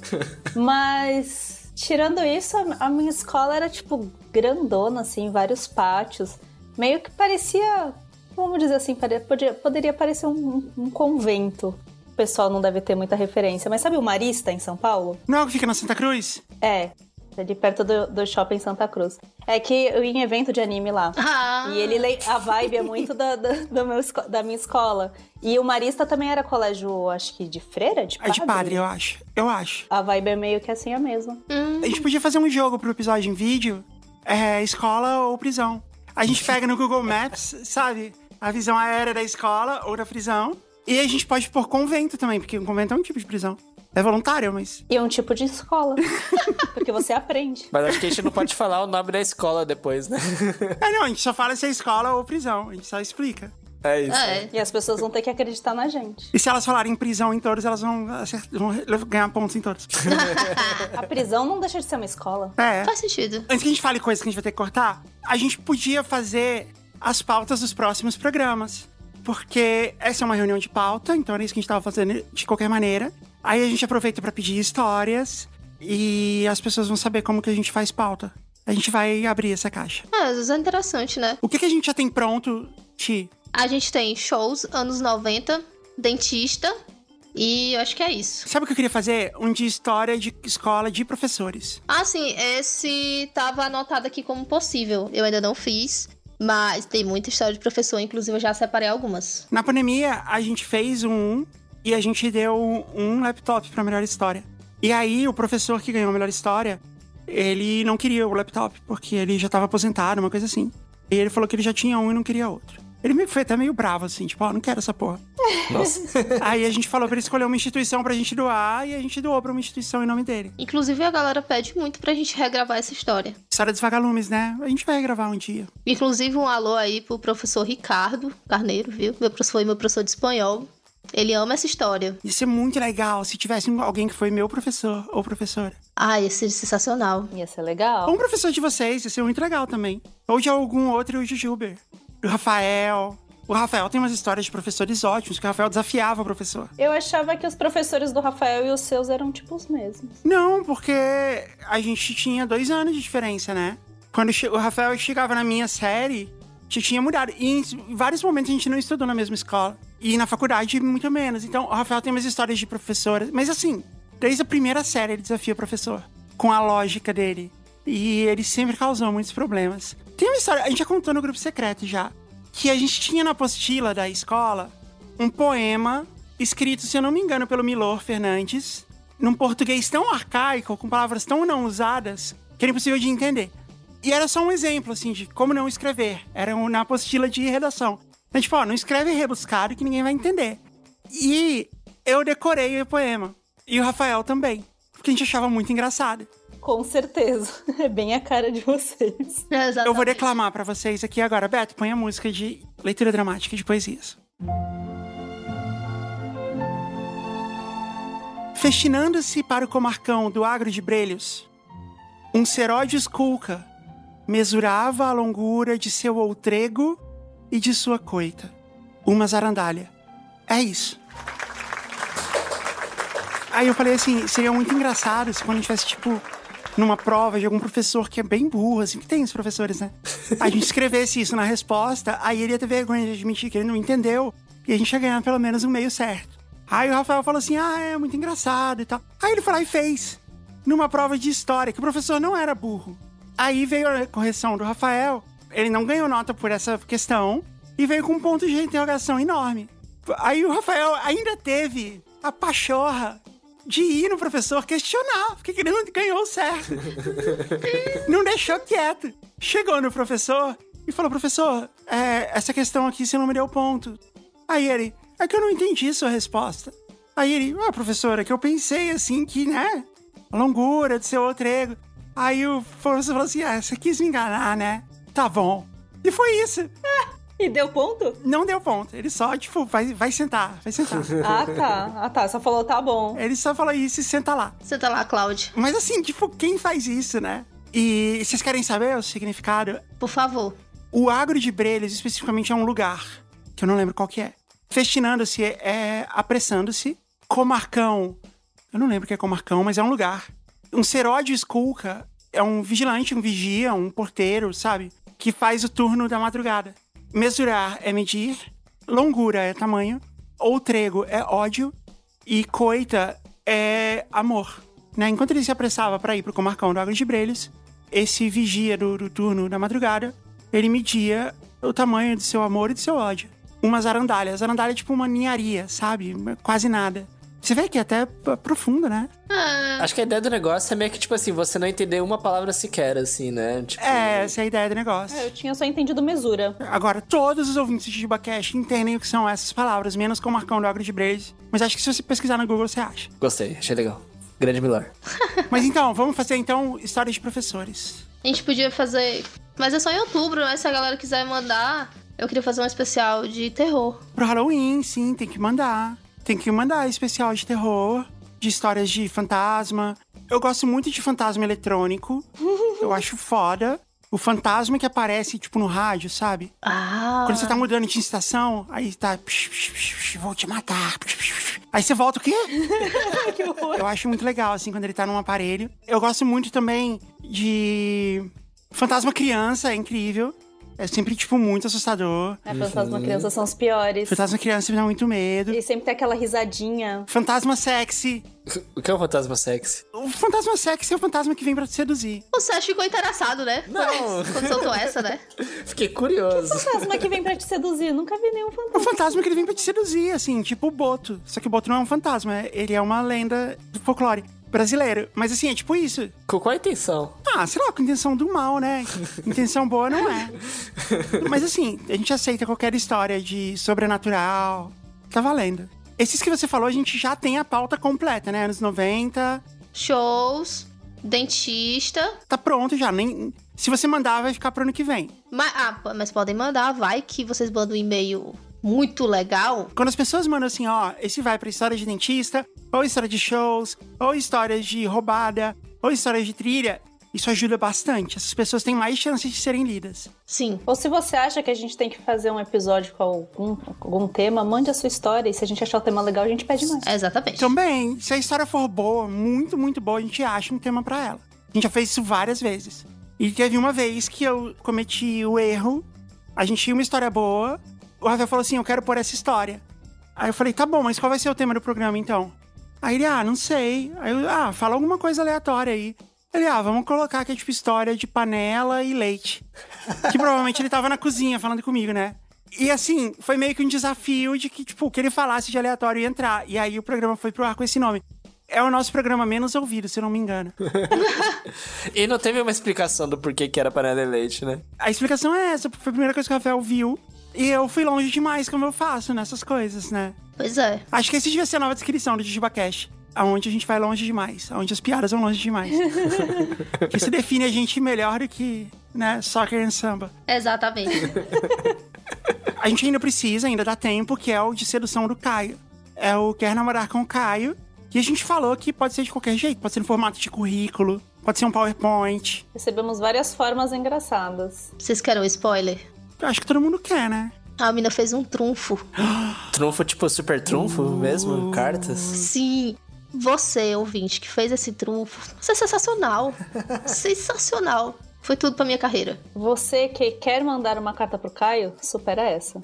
S2: Mas, tirando isso, a, a minha escola era, tipo, grandona, assim, vários pátios. Meio que parecia. Vamos dizer assim, pare- podia- poderia parecer um- um convento. O pessoal não deve ter muita referência. Mas sabe o Marista em São Paulo?
S1: Não é o que fica na Santa Cruz?
S2: É, ali perto do, do shopping Santa Cruz. É que eu ia em evento de anime lá.
S3: Ah.
S2: E ele lei- a vibe é muito da, da, do meu esco- da minha escola. E o Marista também era colégio, acho que de freira, de
S1: É
S2: padre.
S1: de padre, eu acho. Eu acho.
S2: A vibe é meio que assim a mesma.
S3: Hum,
S1: A gente podia fazer um jogo pro episódio em vídeo, é, escola ou prisão. A gente pega no Google Maps, sabe? A visão aérea da escola ou da prisão. E a gente pode pôr convento também, porque um convento é um tipo de prisão. É voluntário, mas.
S2: E é um tipo de escola. porque você aprende.
S4: Mas acho que a gente não pode falar o nome da escola depois, né?
S1: É, não, a gente só fala se é escola ou prisão. A gente só explica.
S4: É isso.
S3: é.
S2: E as pessoas vão ter que acreditar na gente.
S1: E se elas falarem prisão em todos, elas vão, acert- vão ganhar pontos em todos.
S2: A prisão não deixa de ser uma escola.
S1: É.
S3: Faz sentido.
S1: Antes que a gente fale coisas que a gente vai ter que cortar, a gente podia fazer as pautas dos próximos programas. Porque essa é uma reunião de pauta, então era isso que a gente tava fazendo de qualquer maneira. Aí a gente aproveita pra pedir histórias e as pessoas vão saber como que a gente faz pauta. A gente vai abrir essa caixa.
S3: Ah, às vezes é interessante, né?
S1: O que, que a gente já tem pronto, Ti?
S3: A gente tem shows, anos 90, dentista e eu acho que é isso.
S1: Sabe o que eu queria fazer? Um de história de escola de professores.
S3: Ah, sim, esse tava anotado aqui como possível. Eu ainda não fiz, mas tem muita história de professor, inclusive eu já separei algumas.
S1: Na pandemia, a gente fez um e a gente deu um laptop pra melhor história. E aí, o professor que ganhou a melhor história, ele não queria o laptop, porque ele já tava aposentado, uma coisa assim. E ele falou que ele já tinha um e não queria outro. Ele meio que foi até meio bravo, assim, tipo, ó, não quero essa porra.
S4: Nossa.
S1: aí a gente falou pra ele escolher uma instituição pra gente doar e a gente doou pra uma instituição em nome dele.
S3: Inclusive a galera pede muito pra gente regravar essa história.
S1: História dos vagalumes, né? A gente vai gravar um dia.
S3: Inclusive um alô aí pro professor Ricardo Carneiro, viu? Meu professor foi meu professor de espanhol. Ele ama essa história.
S1: Ia ser muito legal se tivesse alguém que foi meu professor ou professora.
S3: Ah, esse é sensacional.
S2: Ia ser legal.
S1: Ou um professor de vocês, ia ser muito legal também. Ou de algum outro Jujuber. O Rafael. O Rafael tem umas histórias de professores ótimos, que o Rafael desafiava o professor.
S2: Eu achava que os professores do Rafael e os seus eram tipo os mesmos.
S1: Não, porque a gente tinha dois anos de diferença, né? Quando che- o Rafael chegava na minha série, já tinha mudado. E em s- vários momentos a gente não estudou na mesma escola. E na faculdade, muito menos. Então, o Rafael tem umas histórias de professora. Mas assim, desde a primeira série ele desafia o professor. Com a lógica dele. E ele sempre causou muitos problemas. Tem uma história, a gente já contou no grupo secreto já. Que a gente tinha na apostila da escola um poema escrito, se eu não me engano, pelo Milor Fernandes, num português tão arcaico, com palavras tão não usadas, que era impossível de entender. E era só um exemplo, assim, de como não escrever. Era um- na apostila de redação. Então, tipo, ó, não escreve rebuscado que ninguém vai entender. E eu decorei o poema. E o Rafael também. Porque a gente achava muito engraçado.
S2: Com certeza. É bem a cara de vocês.
S3: É, Exatamente.
S1: Eu vou declamar pra vocês aqui agora. Beto, põe a música de leitura dramática de poesias. Festinando-se para o comarcão do agro de Brelhos, um seródios culca mesurava a longura de seu outrego e de sua coita. Uma zarandalha. É isso. Aí eu falei assim, seria muito engraçado se quando a gente tivesse, tipo, numa prova de algum professor que é bem burro, assim, que tem os professores, né? A gente escrevesse isso na resposta, aí ele ia ter vergonha de admitir que ele não entendeu, e a gente ia ganhar pelo menos um meio certo. Aí o Rafael falou assim, ah, é muito engraçado e tal. Aí ele foi lá e fez, numa prova de história, que o professor não era burro. Aí veio a correção do Rafael, ele não ganhou nota por essa questão, e veio com um ponto de interrogação enorme. Aí o Rafael ainda teve a pachorra de ir no professor questionar porque que ele não ganhou certo. não deixou quieto. Chegou no professor e falou: professor, é, essa questão aqui você não me deu ponto. Aí ele: é que eu não entendi sua resposta. Aí ele: ah, professora, é que eu pensei assim que, né? A longura do seu outro ego. Aí o professor falou assim: ah, você quis me enganar, né? Tá bom. E foi isso.
S2: E deu ponto?
S1: Não deu ponto. Ele só, tipo, vai, vai sentar, vai sentar.
S2: Ah, tá. Ah, tá. Só falou, tá bom.
S1: ele só falou isso e senta lá.
S3: Você tá lá, Cláudio.
S1: Mas assim, tipo, quem faz isso, né? E vocês querem saber o significado?
S3: Por favor.
S1: O agro de Brelhos, especificamente, é um lugar, que eu não lembro qual que é. Festinando-se é apressando-se. Comarcão, eu não lembro o que é comarcão, mas é um lugar. Um seródio esculca é um vigilante, um vigia, um porteiro, sabe? Que faz o turno da madrugada. Mesurar é medir. Longura é tamanho. Outrego é ódio. E coita é amor. Né? Enquanto ele se apressava para ir pro comarcão do Água de Brelhos, esse vigia do, do turno da madrugada, ele media o tamanho do seu amor e do seu ódio. Uma zarandalha. Zarandalha é tipo uma ninharia, sabe? Quase nada. Você vê que é até p- profundo, né?
S3: Ah.
S4: Acho que a ideia do negócio é meio que, tipo assim, você não entender uma palavra sequer, assim, né? Tipo,
S1: É, essa é a ideia do negócio.
S2: É, eu tinha só entendido mesura. né?
S1: Agora, todos os ouvintes de Jibacast entendem o que são essas palavras, menos com o Marcão do Agro de Braze. Mas acho que se você pesquisar no Google, você acha.
S4: Gostei, achei legal. Grande Milor.
S1: Mas então, vamos fazer então história de professores.
S3: A gente podia fazer. Mas é só em outubro, né? Se a galera quiser mandar, eu queria fazer um especial de terror.
S1: Pro Halloween, sim, tem que mandar. Tem que mandar especial de terror, de histórias de fantasma. Eu gosto muito de fantasma eletrônico. Eu acho foda. O fantasma que aparece, tipo, no rádio, sabe?
S3: Ah!
S1: Quando você tá mudando de estação, aí tá. "Psh, psh, psh, psh, vou te matar. Psh, psh, psh." Aí você volta o quê?
S2: que horror.
S1: Eu acho muito legal, assim, quando ele tá num aparelho. Eu gosto muito também de. Fantasma criança, é incrível. É sempre, tipo, muito assustador.
S2: É, fantasma criança são os piores.
S1: Fantasma criança me dá muito medo.
S2: E sempre tem aquela risadinha.
S1: Fantasma sexy.
S4: O que é um fantasma sexy?
S1: O fantasma sexy é o fantasma que vem pra te seduzir.
S3: O Sérgio ficou interessado, né?
S4: Não.
S3: Quando soltou essa, né?
S4: Fiquei curioso.
S2: Fantasma que vem pra te seduzir. Nunca vi nenhum
S1: É um
S2: fantasma.
S1: fantasma que ele vem pra te seduzir, assim, tipo o Boto. Só que o Boto não é um fantasma, ele é uma lenda do folclore brasileiro. Mas assim, é tipo isso.
S4: Com qual a intenção?
S1: Ah, sei lá, com intenção do mal, né? Intenção boa não é. Mas assim, a gente aceita qualquer história de sobrenatural. Tá valendo. Esses que você falou, a gente já tem a pauta completa, né? Anos 90.
S3: Shows, dentista.
S1: Tá pronto já. Nem... Se você mandar, vai ficar pro ano que vem.
S3: Mas, ah, p- mas podem mandar, vai que vocês mandam um e-mail muito legal.
S1: Quando as pessoas mandam assim, ó, esse vai pra história de dentista, ou história de shows, ou histórias de roubada, ou histórias de trilha, isso ajuda bastante. Essas pessoas têm mais chances de serem lidas.
S3: Sim.
S2: Ou se você acha que a gente tem que fazer um episódio com algum, com algum tema, mande a sua história. E se a gente achar o tema legal, a gente pede mais.
S3: Exatamente.
S1: Então, Também, se a história for boa, muito, muito boa, a gente acha um tema pra ela. A gente já fez isso várias vezes. E teve uma vez que eu cometi o erro, a gente tinha uma história boa, o Rafael falou assim: Eu quero pôr essa história. Aí eu falei: Tá bom, mas qual vai ser o tema do programa então? Aí ele: Ah, não sei. Aí eu: Ah, fala alguma coisa aleatória aí. Ele: Ah, vamos colocar que é tipo história de panela e leite. que provavelmente ele tava na cozinha falando comigo, né? E assim, foi meio que um desafio de que, tipo, o que ele falasse de aleatório ia entrar. E aí o programa foi pro ar com esse nome. É o nosso programa menos ouvido, se eu não me engano.
S4: E não teve uma explicação do porquê que era panela e leite, né?
S1: A explicação é essa, foi a primeira coisa que o Rafael viu. E eu fui longe demais, como eu faço nessas coisas, né?
S3: Pois é.
S1: Acho que esse devia ser a nova descrição do Jujubacash. Aonde a gente vai longe demais. Aonde as piadas vão longe demais. Que Isso define a gente melhor do que, né, soccer and samba.
S3: Exatamente.
S1: A gente ainda precisa, ainda dá tempo, que é o de sedução do Caio. É o Quer Namorar com o Caio. E a gente falou que pode ser de qualquer jeito. Pode ser no formato de currículo, pode ser um PowerPoint.
S2: Recebemos várias formas engraçadas.
S3: Vocês querem um spoiler?
S1: Eu acho que todo mundo quer, né?
S3: A mina fez um trunfo.
S4: Trunfo, tipo, super trunfo mesmo? Cartas?
S3: Sim. Você, ouvinte, que fez esse trunfo. Isso é sensacional. sensacional. Foi tudo pra minha carreira.
S2: Você que quer mandar uma carta pro Caio, supera essa.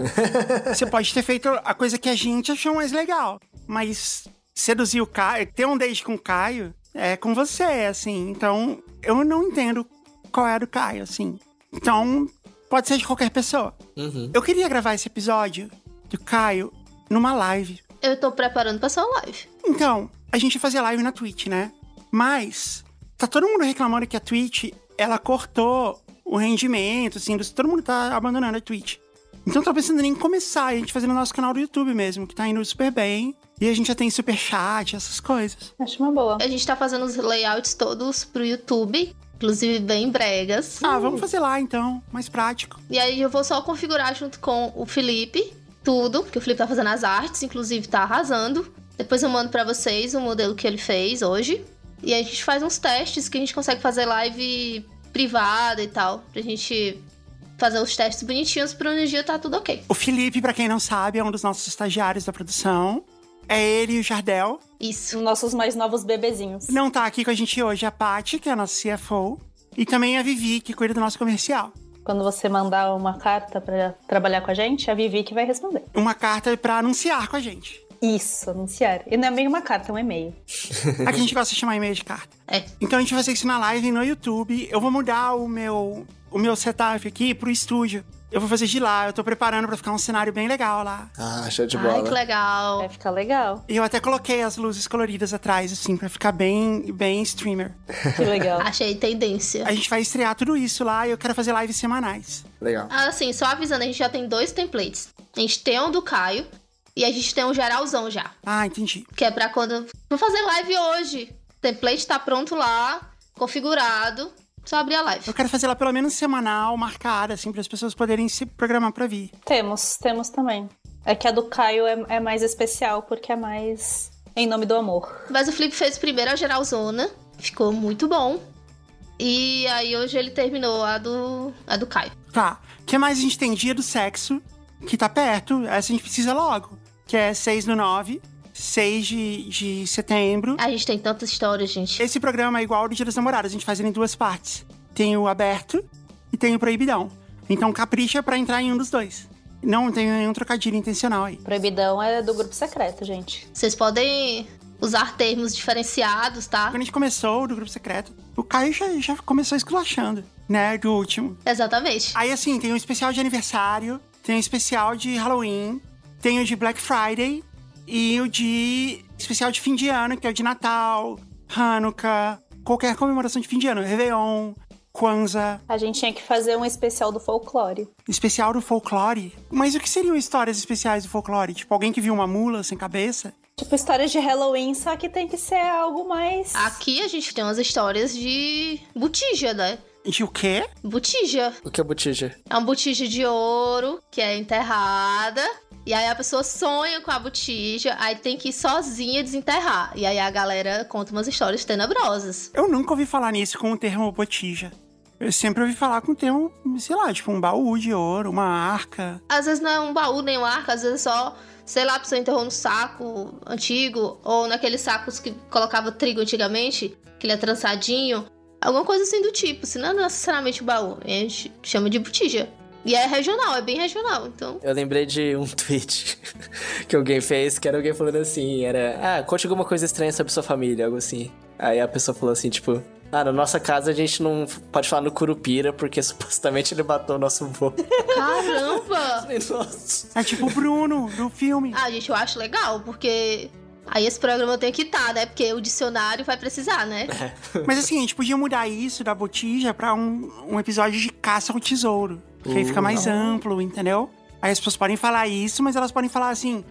S1: Você pode ter feito a coisa que a gente achou mais legal, mas seduzir o Caio, ter um date com o Caio, é com você, assim. Então, eu não entendo qual é a do Caio, assim. Então, pode ser de qualquer pessoa.
S4: Uhum.
S1: Eu queria gravar esse episódio do Caio numa live.
S3: Eu tô preparando pra sua live.
S1: Então, a gente fazia live na Twitch, né? Mas tá todo mundo reclamando que a Twitch, ela cortou o rendimento, assim, dos- todo mundo tá abandonando a Twitch. Então tá pensando em começar, a gente fazendo o nosso canal do YouTube mesmo, que tá indo super bem. E a gente já tem super chat, essas coisas.
S2: Acho uma boa.
S3: A gente tá fazendo os layouts todos pro YouTube, inclusive bem bregas.
S1: Ah, vamos fazer lá então, mais prático.
S3: E aí eu vou só configurar junto com o Felipe tudo, porque o Felipe tá fazendo as artes, inclusive tá arrasando. Depois eu mando pra vocês o modelo que ele fez hoje. E aí a gente faz uns testes que a gente consegue fazer live privada e tal, pra gente fazer os testes bonitinhos pra um dia tá tudo ok.
S1: O Felipe, pra quem não sabe, é um dos nossos estagiários da produção. É ele e o Jardel.
S3: Isso.
S2: Os nossos mais novos bebezinhos.
S1: Não tá aqui com a gente hoje a Paty, que é a nossa CFO. E também a Vivi, que cuida do nosso comercial.
S2: Quando você mandar uma carta pra trabalhar com a gente, a Vivi que vai responder.
S1: Uma carta pra anunciar com a gente.
S2: Isso, anunciar. E não é meio uma carta, é um e-mail.
S1: Aqui a gente gosta de chamar e-mail de carta.
S3: É.
S1: Então a gente vai fazer isso na live no YouTube. Eu vou mudar o meu, o meu setup aqui pro estúdio. Eu vou fazer de lá, eu tô preparando pra ficar um cenário bem legal lá.
S4: Ah, show de
S3: Ai, que
S4: bola.
S3: legal.
S2: Vai ficar legal.
S1: E eu até coloquei as luzes coloridas atrás, assim, pra ficar bem, bem streamer.
S2: Que legal.
S3: Achei tendência.
S1: A gente vai estrear tudo isso lá e eu quero fazer lives semanais.
S4: Legal.
S3: Ah, Assim, só avisando, a gente já tem dois templates. A gente tem um do Caio e a gente tem um geralzão já.
S1: Ah, entendi.
S3: Que é pra quando. Vou fazer live hoje. O template tá pronto lá, configurado. Só abrir a live.
S1: Eu quero fazer lá pelo menos semanal, marcada, assim, para as pessoas poderem se programar pra vir.
S2: Temos, temos também. É que a do Caio é, é mais especial, porque é mais em nome do amor.
S3: Mas o Felipe fez primeiro a geralzona. Ficou muito bom. E aí hoje ele terminou a do. a do Caio.
S1: Tá. O que mais a gente tem? Dia do sexo, que tá perto. Essa a gente precisa logo. Que é 6 do 9, 6 de, de setembro.
S3: A gente tem tantas histórias, gente.
S1: Esse programa é igual ao do Dia dos Namorados. A gente faz ele em duas partes. Tem o aberto e tem o proibidão. Então capricha pra entrar em um dos dois. Não tem nenhum trocadilho intencional aí.
S2: Proibidão é do grupo secreto, gente.
S3: Vocês podem usar termos diferenciados, tá?
S1: Quando a gente começou do grupo secreto, o Caio já, já começou esculachando, né? Do último.
S3: Exatamente.
S1: Aí, assim, tem um especial de aniversário, tem um especial de Halloween, tem o de Black Friday e o de especial de fim de ano, que é o de Natal, Hanukkah, qualquer comemoração de fim de ano, Réveillon, Kwanzaa,
S2: A gente tinha que fazer um especial do folclore.
S1: especial do folclore. Mas o que seriam histórias especiais do folclore? Tipo, alguém que viu uma mula sem cabeça?
S2: Tipo, histórias de Halloween, só que tem que ser algo mais.
S3: Aqui a gente tem umas histórias de botija, né?
S1: De o quê?
S3: Botija.
S4: O que é botija?
S3: É um botija de ouro que é enterrada. E aí a pessoa sonha com a botija, aí tem que ir sozinha desenterrar. E aí a galera conta umas histórias tenebrosas.
S1: Eu nunca ouvi falar nisso com o termo botija. Eu sempre ouvi falar com o termo, sei lá, tipo um baú de ouro, uma arca.
S3: Às vezes não é um baú nem um arco, às vezes é só, sei lá, a pessoa enterrou no saco antigo, ou naqueles sacos que colocava trigo antigamente, que ele é trançadinho. Alguma coisa assim do tipo, se não é necessariamente baú. A gente chama de botija. E é regional, é bem regional, então.
S4: Eu lembrei de um tweet que alguém fez, que era alguém falando assim, era, ah, conte alguma coisa estranha sobre sua família, algo assim. Aí a pessoa falou assim, tipo, ah, na nossa casa a gente não pode falar no Curupira, porque supostamente ele matou o nosso vô.
S3: Caramba!
S4: nossa.
S1: É tipo o Bruno, do filme.
S3: Ah, gente, eu acho legal, porque aí esse programa tem que estar, né? Porque o dicionário vai precisar, né?
S1: Mas assim, a gente podia mudar isso da botija pra um, um episódio de caça ao tesouro. Que aí fica mais amplo, entendeu? Aí as pessoas podem falar isso, mas elas podem falar assim: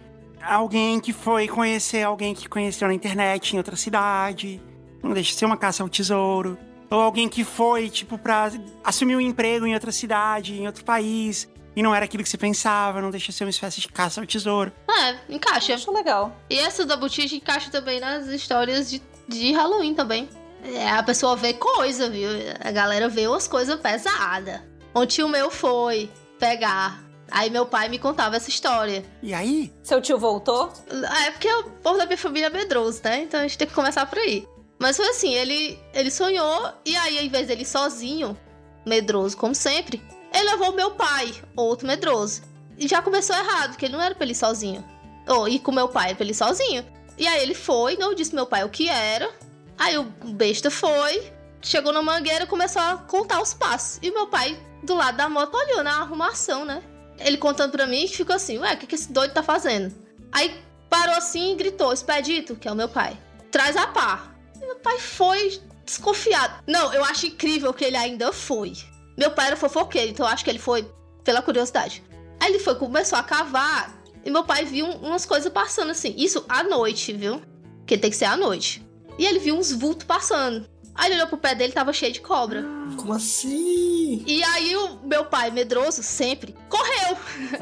S1: alguém que foi conhecer alguém que conheceu na internet em outra cidade. Não deixa de ser uma caça ao tesouro. Ou alguém que foi, tipo, pra assumir um emprego em outra cidade, em outro país. E não era aquilo que você pensava, não deixa de ser uma espécie de caça ao tesouro.
S3: É, encaixa.
S2: Acho legal.
S3: E essa da botija encaixa também nas histórias de, de Halloween também. É, a pessoa vê coisa, viu? A galera vê umas coisas pesadas. Ontem o meu foi pegar Aí meu pai me contava essa história.
S1: E aí?
S2: Seu tio voltou?
S3: Ah, é porque o povo da minha família é medroso, né? Então a gente tem que começar por aí. Mas foi assim, ele, ele sonhou, e aí, ao invés dele sozinho, medroso como sempre, ele levou meu pai, outro medroso. E já começou errado, porque ele não era pra ele ir sozinho. Ou ir com meu pai, era pra ele ir sozinho. E aí ele foi, não disse pro meu pai o que era. Aí o besta foi, chegou na mangueira e começou a contar os passos. E meu pai, do lado da moto, olhou na arrumação, né? Ele contando pra mim, que ficou assim, ué, o que, que esse doido tá fazendo? Aí parou assim e gritou, Expedito, que é o meu pai, traz a pá. E meu pai foi desconfiado. Não, eu acho incrível que ele ainda foi. Meu pai era fofoqueiro, então eu acho que ele foi pela curiosidade. Aí ele foi, começou a cavar, e meu pai viu um, umas coisas passando assim. Isso à noite, viu? Porque tem que ser à noite. E ele viu uns vultos passando. Aí ele olhou pro pé dele, tava cheio de cobra.
S4: Como assim?
S3: E aí o meu pai, medroso, sempre, correu.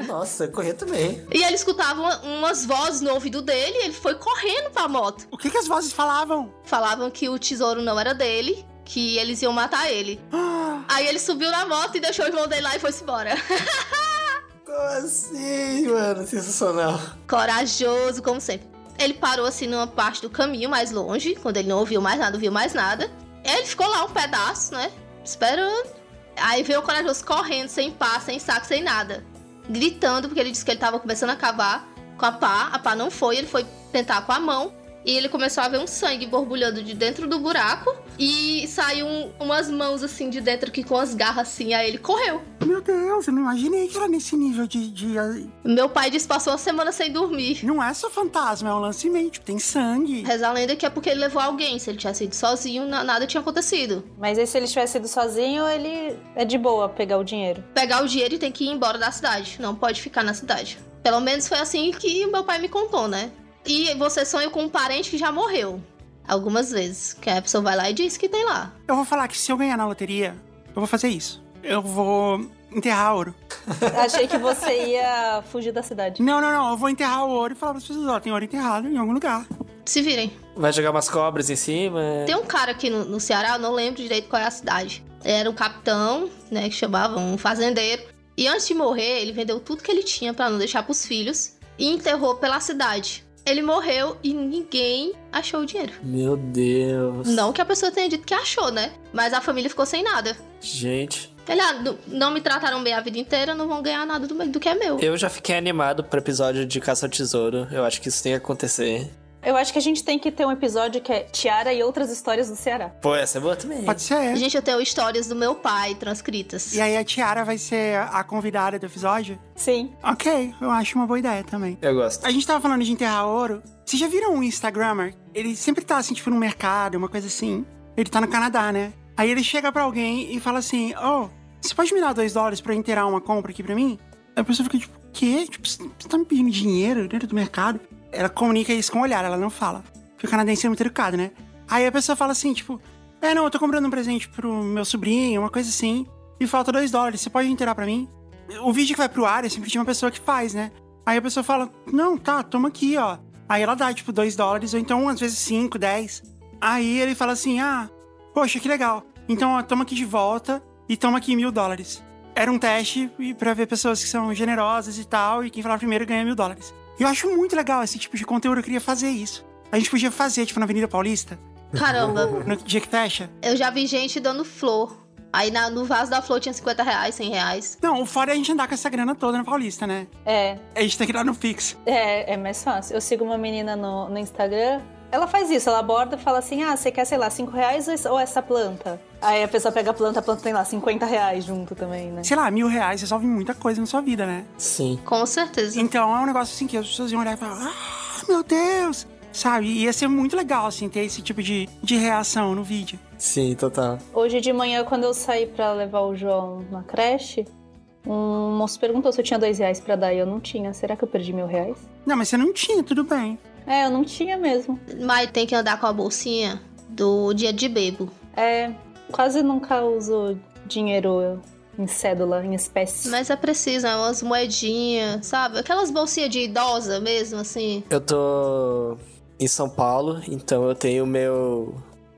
S4: Nossa, correr também.
S3: E ele escutava uma- umas vozes no ouvido dele e ele foi correndo pra moto.
S1: O que, que as vozes falavam?
S3: Falavam que o tesouro não era dele, que eles iam matar ele.
S1: Ah,
S3: Aí ele subiu na moto e deixou o irmão dele lá e foi-se embora.
S4: Como assim, mano? Sensacional.
S3: Corajoso, como sempre. Ele parou assim numa parte do caminho mais longe, quando ele não ouviu mais nada, ouviu mais nada. Ele ficou lá um pedaço, né? Esperando. Aí veio o corajoso correndo, sem pá, sem saco, sem nada. Gritando, porque ele disse que ele tava começando a cavar com a pá. A pá não foi, ele foi tentar com a mão. E ele começou a ver um sangue borbulhando de dentro do buraco. E saiu um- umas mãos assim de dentro que com as garras assim. Aí ele correu.
S1: meu Deus, eu não imaginei que era nesse nível de. de-
S3: Meu pai disse que passou uma semana sem dormir.
S1: Não é só fantasma, é um lance meio. Tipo, tem sangue.
S3: Reza a lenda que é porque ele levou alguém. Se ele tivesse ido sozinho, na- nada tinha acontecido.
S2: Mas aí se ele tivesse ido sozinho, ele é de boa pegar o dinheiro.
S3: Pegar o dinheiro e tem que ir embora da cidade. Não pode ficar na cidade. Pelo menos foi assim que meu pai me contou, né? E você sonha com um parente que já morreu. Algumas vezes. Que a pessoa vai lá e diz que tem lá.
S1: Eu vou falar que se eu ganhar na loteria, eu vou fazer isso. Eu vou enterrar ouro.
S2: Achei que você ia fugir da cidade.
S1: Não, não, não. Eu vou enterrar o ouro e falar pras pessoas, ó, tem ouro enterrado em algum lugar.
S3: Se virem.
S4: Vai jogar umas cobras em cima.
S3: Tem um cara aqui no, no Ceará, eu não lembro direito qual é a cidade. Ele era um capitão, né, que chamava um fazendeiro. E antes de morrer, ele vendeu tudo que ele tinha pra não deixar pros filhos e enterrou pela cidade. Ele morreu e ninguém achou o dinheiro.
S4: Meu Deus.
S3: Não que a pessoa tenha dito que achou, né? Mas a família ficou sem nada.
S4: Gente,
S3: Ele, ah, n- não me trataram bem a vida inteira, não vão ganhar nada do, meu- do que é meu.
S4: eu já fiquei animado pro episódio de Caça ao Tesouro. Eu acho que isso tem que acontecer.
S2: Eu acho que a gente tem que ter um episódio que é Tiara e outras histórias do Ceará.
S4: Pô, essa é boa também.
S1: Pode ser.
S3: Gente, eu tenho histórias do meu pai transcritas.
S1: E aí a Tiara vai ser a convidada do episódio?
S2: Sim.
S1: Ok, eu acho uma boa ideia também.
S4: Eu gosto.
S1: A gente tava falando de enterrar ouro. Vocês já viram um Instagrammer? Ele sempre tá assim, tipo, no mercado, uma coisa assim. Ele tá no Canadá, né? Aí ele chega pra alguém e fala assim: Ô, você pode me dar dois dólares pra eu enterrar uma compra aqui pra mim? Aí a pessoa fica tipo: Quê? Tipo, você você tá me pedindo dinheiro dentro do mercado? Ela comunica isso com o olhar, ela não fala. Porque o canadense é muito educado, né? Aí a pessoa fala assim: Tipo, é, não, eu tô comprando um presente pro meu sobrinho, uma coisa assim. E falta dois dólares, você pode enterrar pra mim? O vídeo que vai pro ar é sempre de uma pessoa que faz, né? Aí a pessoa fala, não, tá, toma aqui, ó. Aí ela dá, tipo, 2 dólares, ou então às vezes 5, 10. Aí ele fala assim, ah, poxa, que legal. Então, ó, toma aqui de volta e toma aqui mil dólares. Era um teste e pra ver pessoas que são generosas e tal, e quem falar primeiro ganha mil dólares. Eu acho muito legal esse tipo de conteúdo, eu queria fazer isso. A gente podia fazer, tipo, na Avenida Paulista,
S3: Caramba,
S1: no dia que fecha.
S3: eu já vi gente dando flor. Aí na- no vaso da flor tinha 50 reais, 100 reais.
S1: Não, o fora é a gente andar com essa grana toda na Paulista, né?
S2: É,
S1: A gente tem que ir lá no Fix.
S2: é, é mais fácil. Eu sigo uma menina no, no Instagram. Ela faz isso, ela aborda e fala assim: ah, você quer, sei lá, 5 reais ou es- ou essa planta? Aí a pessoa pega a planta, a planta tem lá 50 reais junto também, né?
S1: Sei lá, mil reais resolve muita coisa na sua vida, né?
S4: Sim.
S3: Com certeza.
S1: Então é um negócio assim que as pessoas iam olhar e falar, ah, meu Deus! Sabe? E Ia ser muito legal, assim, ter esse tipo de, de reação no vídeo.
S4: Sim, total.
S2: Hoje de manhã, quando eu saí pra levar o João na creche, um moço perguntou se eu tinha dois reais pra dar e eu não tinha. Será que eu perdi mil reais?
S1: Não, mas você não tinha, tudo bem.
S2: É, eu não tinha mesmo.
S3: Mas tem que andar com a bolsinha do dia de bebo.
S2: É, quase nunca uso dinheiro em cédula, em espécie.
S3: Mas é preciso, né? Umas moedinhas, sabe? Aquelas bolsinhas de idosa mesmo, assim.
S4: Eu tô em São Paulo, então eu tenho meu.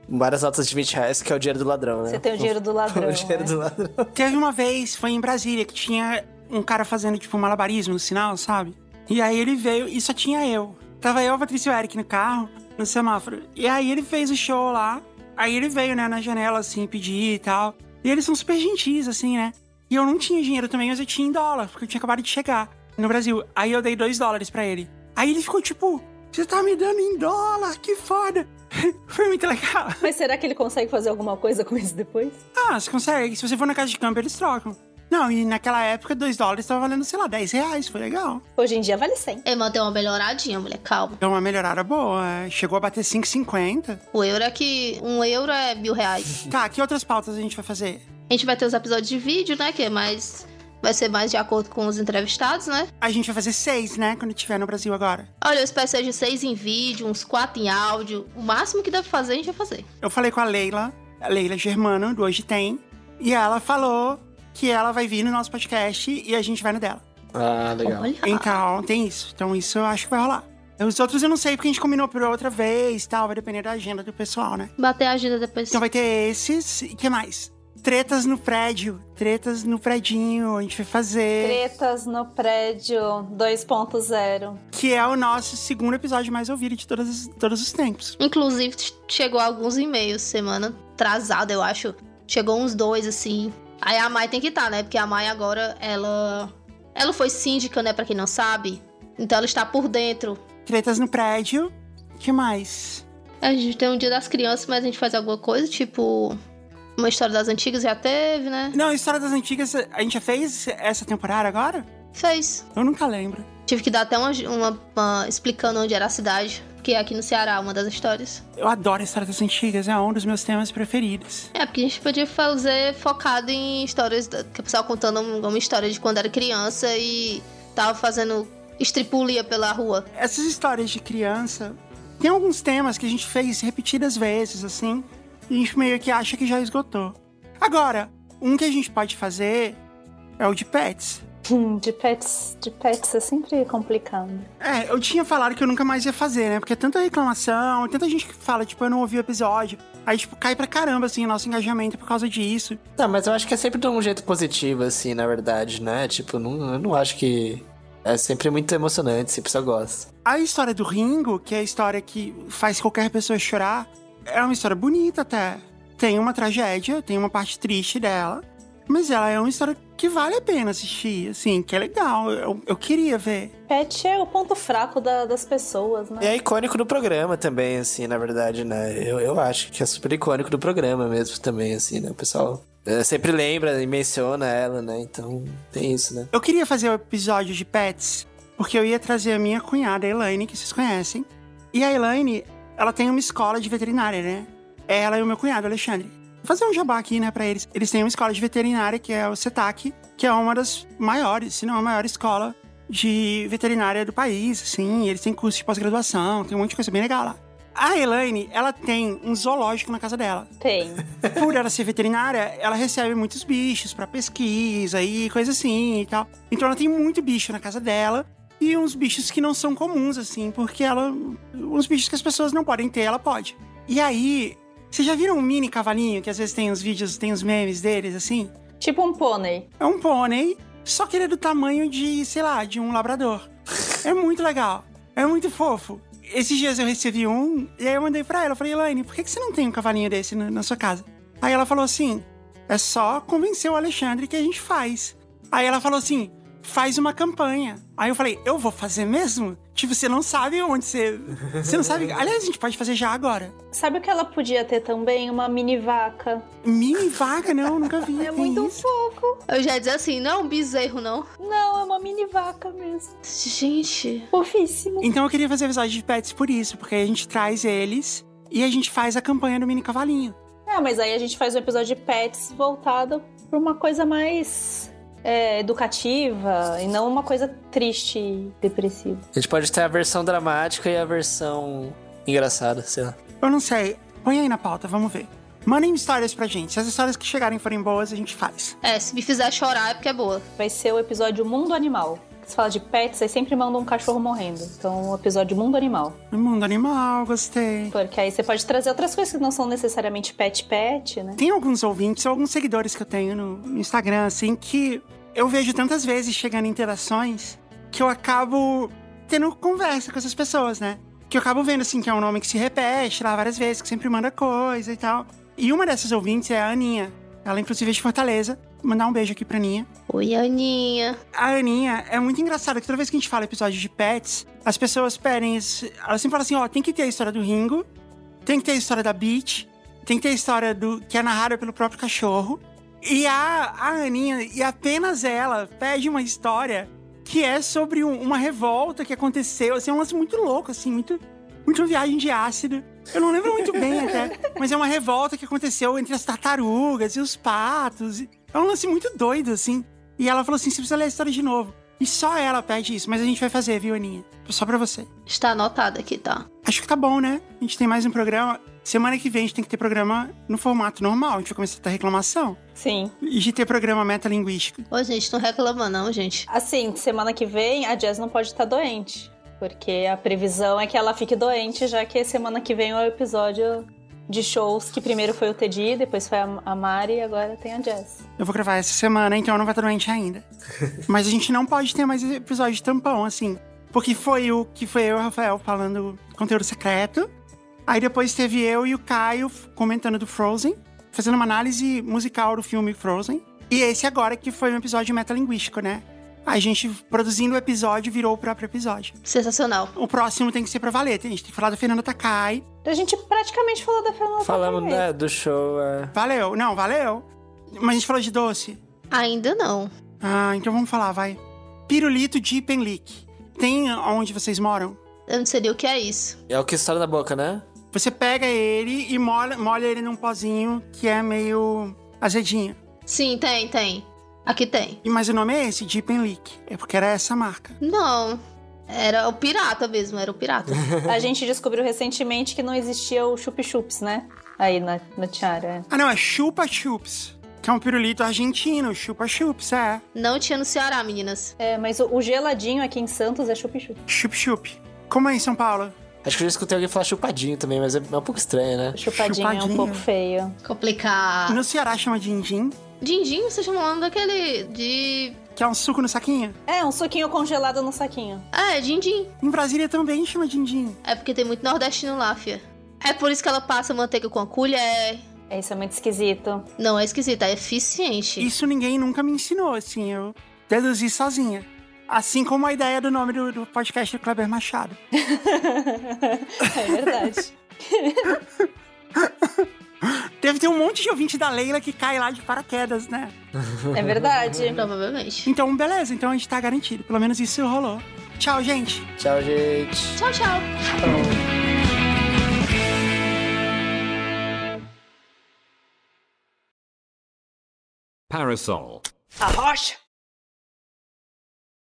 S4: Várias notas de 20 reais, que é o dinheiro do ladrão, né?
S2: Você tem o dinheiro do ladrão.
S4: O dinheiro
S2: né?
S4: do ladrão.
S1: Teve uma vez, foi em Brasília, que tinha um cara fazendo, tipo, malabarismo no sinal, sabe? E aí ele veio e só tinha eu. Tava eu, a Patrícia e o Eric no carro, no semáforo. E aí ele fez o show lá. Aí ele veio, né, na janela, assim, pedir e tal. E eles são super gentis, assim, né? E eu não tinha dinheiro também, mas eu tinha em dólar, porque eu tinha acabado de chegar no Brasil. Aí eu dei dois dólares pra ele. Aí ele ficou tipo, você tá me dando em dólar, que foda. Foi muito legal.
S2: Mas será que ele consegue fazer alguma coisa com isso depois?
S1: Ah, você consegue. Se você for na casa de campo, eles trocam. Não, e naquela época, dois dólares tava valendo, sei lá, 10 reais. Foi legal.
S2: Hoje em dia vale 100.
S3: Irmão, deu uma melhoradinha, mulher, calma.
S1: Deu uma melhorada boa. é. Chegou a bater 5,50.
S3: O euro é que... Um euro é mil reais.
S1: Tá, que outras pautas a gente vai fazer?
S3: A gente vai ter os episódios de vídeo, né? Que é mais... Vai ser mais de acordo com os entrevistados, né?
S1: A gente vai fazer seis, né? Quando tiver no Brasil agora.
S3: Olha, eu espero que seja seis em vídeo, uns quatro em áudio. O máximo que dá pra fazer, a gente vai fazer.
S1: Eu falei com a Leila, a Leila Germano, do Hoje Tem, e ela falou que ela vai vir no nosso podcast e a gente vai no dela.
S4: Ah, legal.
S3: Olha.
S1: Então, tem isso. Então, isso eu acho que vai rolar. Os outros eu não sei, porque a gente combinou por outra vez e tal. Vai depender da agenda do pessoal, né?
S3: Bater a agenda depois.
S1: Então vai ter esses. E que mais? Tretas no prédio. Tretas no predinho. A gente vai fazer.
S2: Tretas no prédio 2.0.
S1: Que é o nosso segundo episódio mais ouvido de todas as- todos os tempos.
S3: Inclusive, t- chegou alguns e-mails semana atrasada, eu acho. Chegou uns dois, assim. Aí a Mai tem que estar, né? Porque a Mai agora, ela. Ela foi síndica, né? Pra quem não sabe. Então ela está por dentro.
S1: Tretas no prédio. que mais?
S3: A gente tem um dia das crianças, mas a gente faz alguma coisa, tipo. Uma história das antigas já teve, né?
S1: Não, História das Antigas, a gente já fez essa temporada agora?
S3: Fez.
S1: Eu nunca lembro.
S3: Tive que dar até uma, uma- uma- explicando onde era a cidade, que é aqui no Ceará, uma das histórias.
S1: Eu adoro História das Antigas, é um dos meus temas preferidos.
S3: É, porque a gente podia fazer focado em histórias da- que o pessoal contando um, uma uma história de quando era criança e tava fazendo estripulia pela rua.
S1: Essas histórias de criança, tem alguns temas que a gente fez repetidas vezes, assim, e a gente meio que acha que já esgotou. Agora, um que a gente pode fazer é o de pets.
S2: Hum, de pets, de pets é sempre complicado.
S1: É, eu tinha falado que eu nunca mais ia fazer, né? Porque é tanta reclamação, tanta gente que fala, tipo, eu não ouvi o episódio. Aí, tipo, cai pra caramba, assim, o nosso engajamento por causa disso.
S4: Não, mas eu acho que é sempre de um jeito positivo, assim, na verdade, né? Tipo, não, eu não acho que. É sempre muito emocionante, se a pessoa gosta.
S1: A história do Ringo, que é a história que faz qualquer pessoa chorar, é uma história bonita até. Tem uma tragédia, tem uma parte triste dela, mas ela é uma história que vale a pena assistir, assim, que é legal. Eu, eu queria ver.
S2: Pet é o ponto fraco da- das pessoas, né?
S4: E é icônico do programa também, assim, na verdade, né? Eu, eu acho que é super icônico do programa mesmo também, assim, né? O pessoal é, sempre lembra e menciona ela, né? Então tem isso, né?
S1: Eu queria fazer o episódio de pets, porque eu ia trazer a minha cunhada, a Elaine, que vocês conhecem. E a Elaine, ela tem uma escola de veterinária, né? É Ela e o meu cunhado, Alexandre. Vou fazer um jabá aqui, né, pra eles. Eles têm uma escola de veterinária, que é o CETAC, que é uma das maiores, se não a maior escola de veterinária do país, assim. Eles têm curso de pós-graduação, tem um monte de coisa bem legal lá. A Elaine, ela tem um zoológico na casa dela
S2: Tem.
S1: por ela ser veterinária, ela recebe muitos bichos pra pesquisa e coisa assim e tal. Então ela tem muito bicho na casa dela e uns bichos que não são comuns assim, porque ela uns bichos que as pessoas não podem ter, ela pode. E aí, vocês já viram um mini cavalinho que às vezes tem os vídeos, tem os memes deles assim?
S2: tipo um pônei.
S1: É um pônei, só que ele é do tamanho de, sei lá, de um labrador. É muito legal. É muito fofo. Esses dias eu recebi um, e aí eu mandei pra ela. Eu falei, Elaine, por que que você não tem um cavalinho desse na, na sua casa? Aí ela falou assim: é só convencer o Alexandre que a gente faz. Aí ela falou assim: faz uma campanha. Aí eu falei: eu vou fazer mesmo? Tipo, você não sabe onde você. Você não sabe. Aliás, a gente pode fazer já agora.
S2: Sabe o que ela podia ter também? Uma mini vaca.
S1: Mini vaga, não, nunca vi.
S2: É
S1: Tem
S2: muito
S1: isso?
S2: fofo.
S3: Eu já ia dizer assim, não é um bezerro, não.
S2: Não, é uma mini vaca mesmo.
S3: Gente,
S2: Fofíssimo.
S1: Então eu queria fazer episódio de pets por isso, porque aí a gente traz eles e a gente faz a campanha do mini cavalinho.
S2: É, mas aí a gente faz um episódio de pets voltado pra uma coisa mais é, educativa e não uma coisa triste e depressiva.
S4: A gente pode ter a versão dramática e a versão engraçada, sei lá.
S1: Eu não sei, põe aí na pauta, vamos ver. Mandem histórias pra gente. Se as histórias que chegarem forem boas, a gente faz.
S3: é, se me fizer chorar é porque é boa.
S2: Vai ser o episódio Mundo Animal. Se fala de pets, aí sempre manda um cachorro morrendo. Então, o episódio Mundo Animal.
S1: No mundo animal, gostei.
S2: Porque aí você pode trazer outras coisas que não são necessariamente pet-pet, né?
S1: Tem alguns ouvintes, alguns seguidores que eu tenho no no Instagram, assim, que eu vejo tantas vezes chegando em interações que eu acabo tendo conversa com essas pessoas, né? Que eu acabo vendo, assim, que é um nome que se repete lá várias vezes, que sempre manda coisa e tal. E uma dessas ouvintes é a Aninha. Ela, inclusive, é de Fortaleza. Vou mandar um beijo aqui pra Aninha.
S3: Oi, Aninha.
S1: A Aninha é muito engraçada, que toda vez que a gente fala episódio de pets, as pessoas pedem. esse- Elas sempre falam assim: ó, tem que ter a história do Ringo, tem que ter a história da Beach, tem que ter a história do que é narrada pelo próprio cachorro. E a, a Aninha, e apenas ela, pede uma história que é sobre um- uma revolta que aconteceu. Assim, é um lance muito louco, assim, muito, muito uma viagem de ácido. Eu não lembro muito bem até, mas é uma revolta que aconteceu entre as tartarugas e os patos. e- É um lance muito doido, assim. E ela falou assim: você precisa ler a história de novo. E só ela pede isso, mas a gente vai fazer, viu, Aninha? Só pra você.
S3: Está anotado aqui, tá?
S1: Acho que tá bom, né? A gente tem mais um programa. Semana que vem a gente tem que ter programa no formato normal. A gente vai começar a ter reclamação.
S2: Sim.
S1: E de ter programa metalinguístico.
S3: Ô, gente, não reclama não, gente.
S2: Assim, semana que vem a Jazz não pode estar doente. Porque a previsão é que ela fique doente, já que semana que vem é o episódio de shows que primeiro foi o Teddy, depois foi a a Mari e agora tem a Jazz.
S1: Eu vou gravar essa semana, então eu não vai estar doente ainda. Mas a gente não pode ter mais episódio de tampão, assim. Porque foi o que foi eu e o Rafael falando conteúdo secreto. Aí depois teve eu e o Caio f- comentando do Frozen, fazendo uma análise musical do filme Frozen. E esse agora que foi um episódio metalinguístico, né? A gente produzindo o episódio virou o próprio episódio.
S3: Sensacional.
S1: O próximo tem que ser pra valer. tem- A gente tem que falar do Fernando Takai.
S2: A gente praticamente falou da Fernanda
S4: Falamos
S2: Takai.
S4: né, do show. é.
S1: Valeu. Não, valeu. Mas a gente falou de doce.
S3: Ainda não.
S1: Ah, então vamos falar, vai. Pirulito de Penlick. Tem onde vocês moram?
S3: Eu não sei nem o que é isso.
S4: É o que estoura da boca, né?
S1: Você pega ele e molha, molha ele num pozinho que é meio azedinho.
S3: Sim, tem, tem. Aqui tem.
S1: E- Mas o nome é esse, de Penlick. É porque era essa marca.
S3: Não. Era o pirata mesmo, era o pirata.
S2: A gente descobriu recentemente que não existia o chup-chups, né? Aí na, na tiara.
S1: Ah, não, é Chupa Chups. Que é um pirulito argentino, Chupa Chups, é.
S3: Não tinha no Ceará, meninas.
S2: É, mas o, o geladinho aqui em Santos é chup-chup.
S1: Chup Chup. Como é em São Paulo?
S4: Acho que eu já escutei alguém falar chupadinho também, mas é um pouco estranho, né?
S2: Chupadinho é
S1: Chupadinho.
S2: um pouco feio.
S3: Complicar.
S1: No Ceará chama din-din,
S3: Dindim, vocês estão falando daquele de...
S1: que é um suco no saquinho.
S2: É, um suquinho congelado no saquinho.
S3: É, dindim.
S1: Em Brasília também chama din-din.
S3: É porque tem muito nordestino lá, fia. É por isso que ela passa manteiga com a colher.
S2: É, isso é muito esquisito.
S3: Não é esquisito, é eficiente.
S1: Isso ninguém nunca me ensinou, assim, eu deduzi sozinha. Assim como a ideia do nome do, do podcast do Kleber Machado.
S2: é verdade.
S1: Deve ter um monte de ouvinte da Leila que cai lá de paraquedas, né?
S2: É verdade.
S3: Provavelmente.
S1: Então, beleza, então a gente tá garantido. Pelo menos isso rolou. Tchau, gente!
S4: Tchau, gente.
S3: Tchau, tchau.
S5: Parasol.
S6: Arrocha!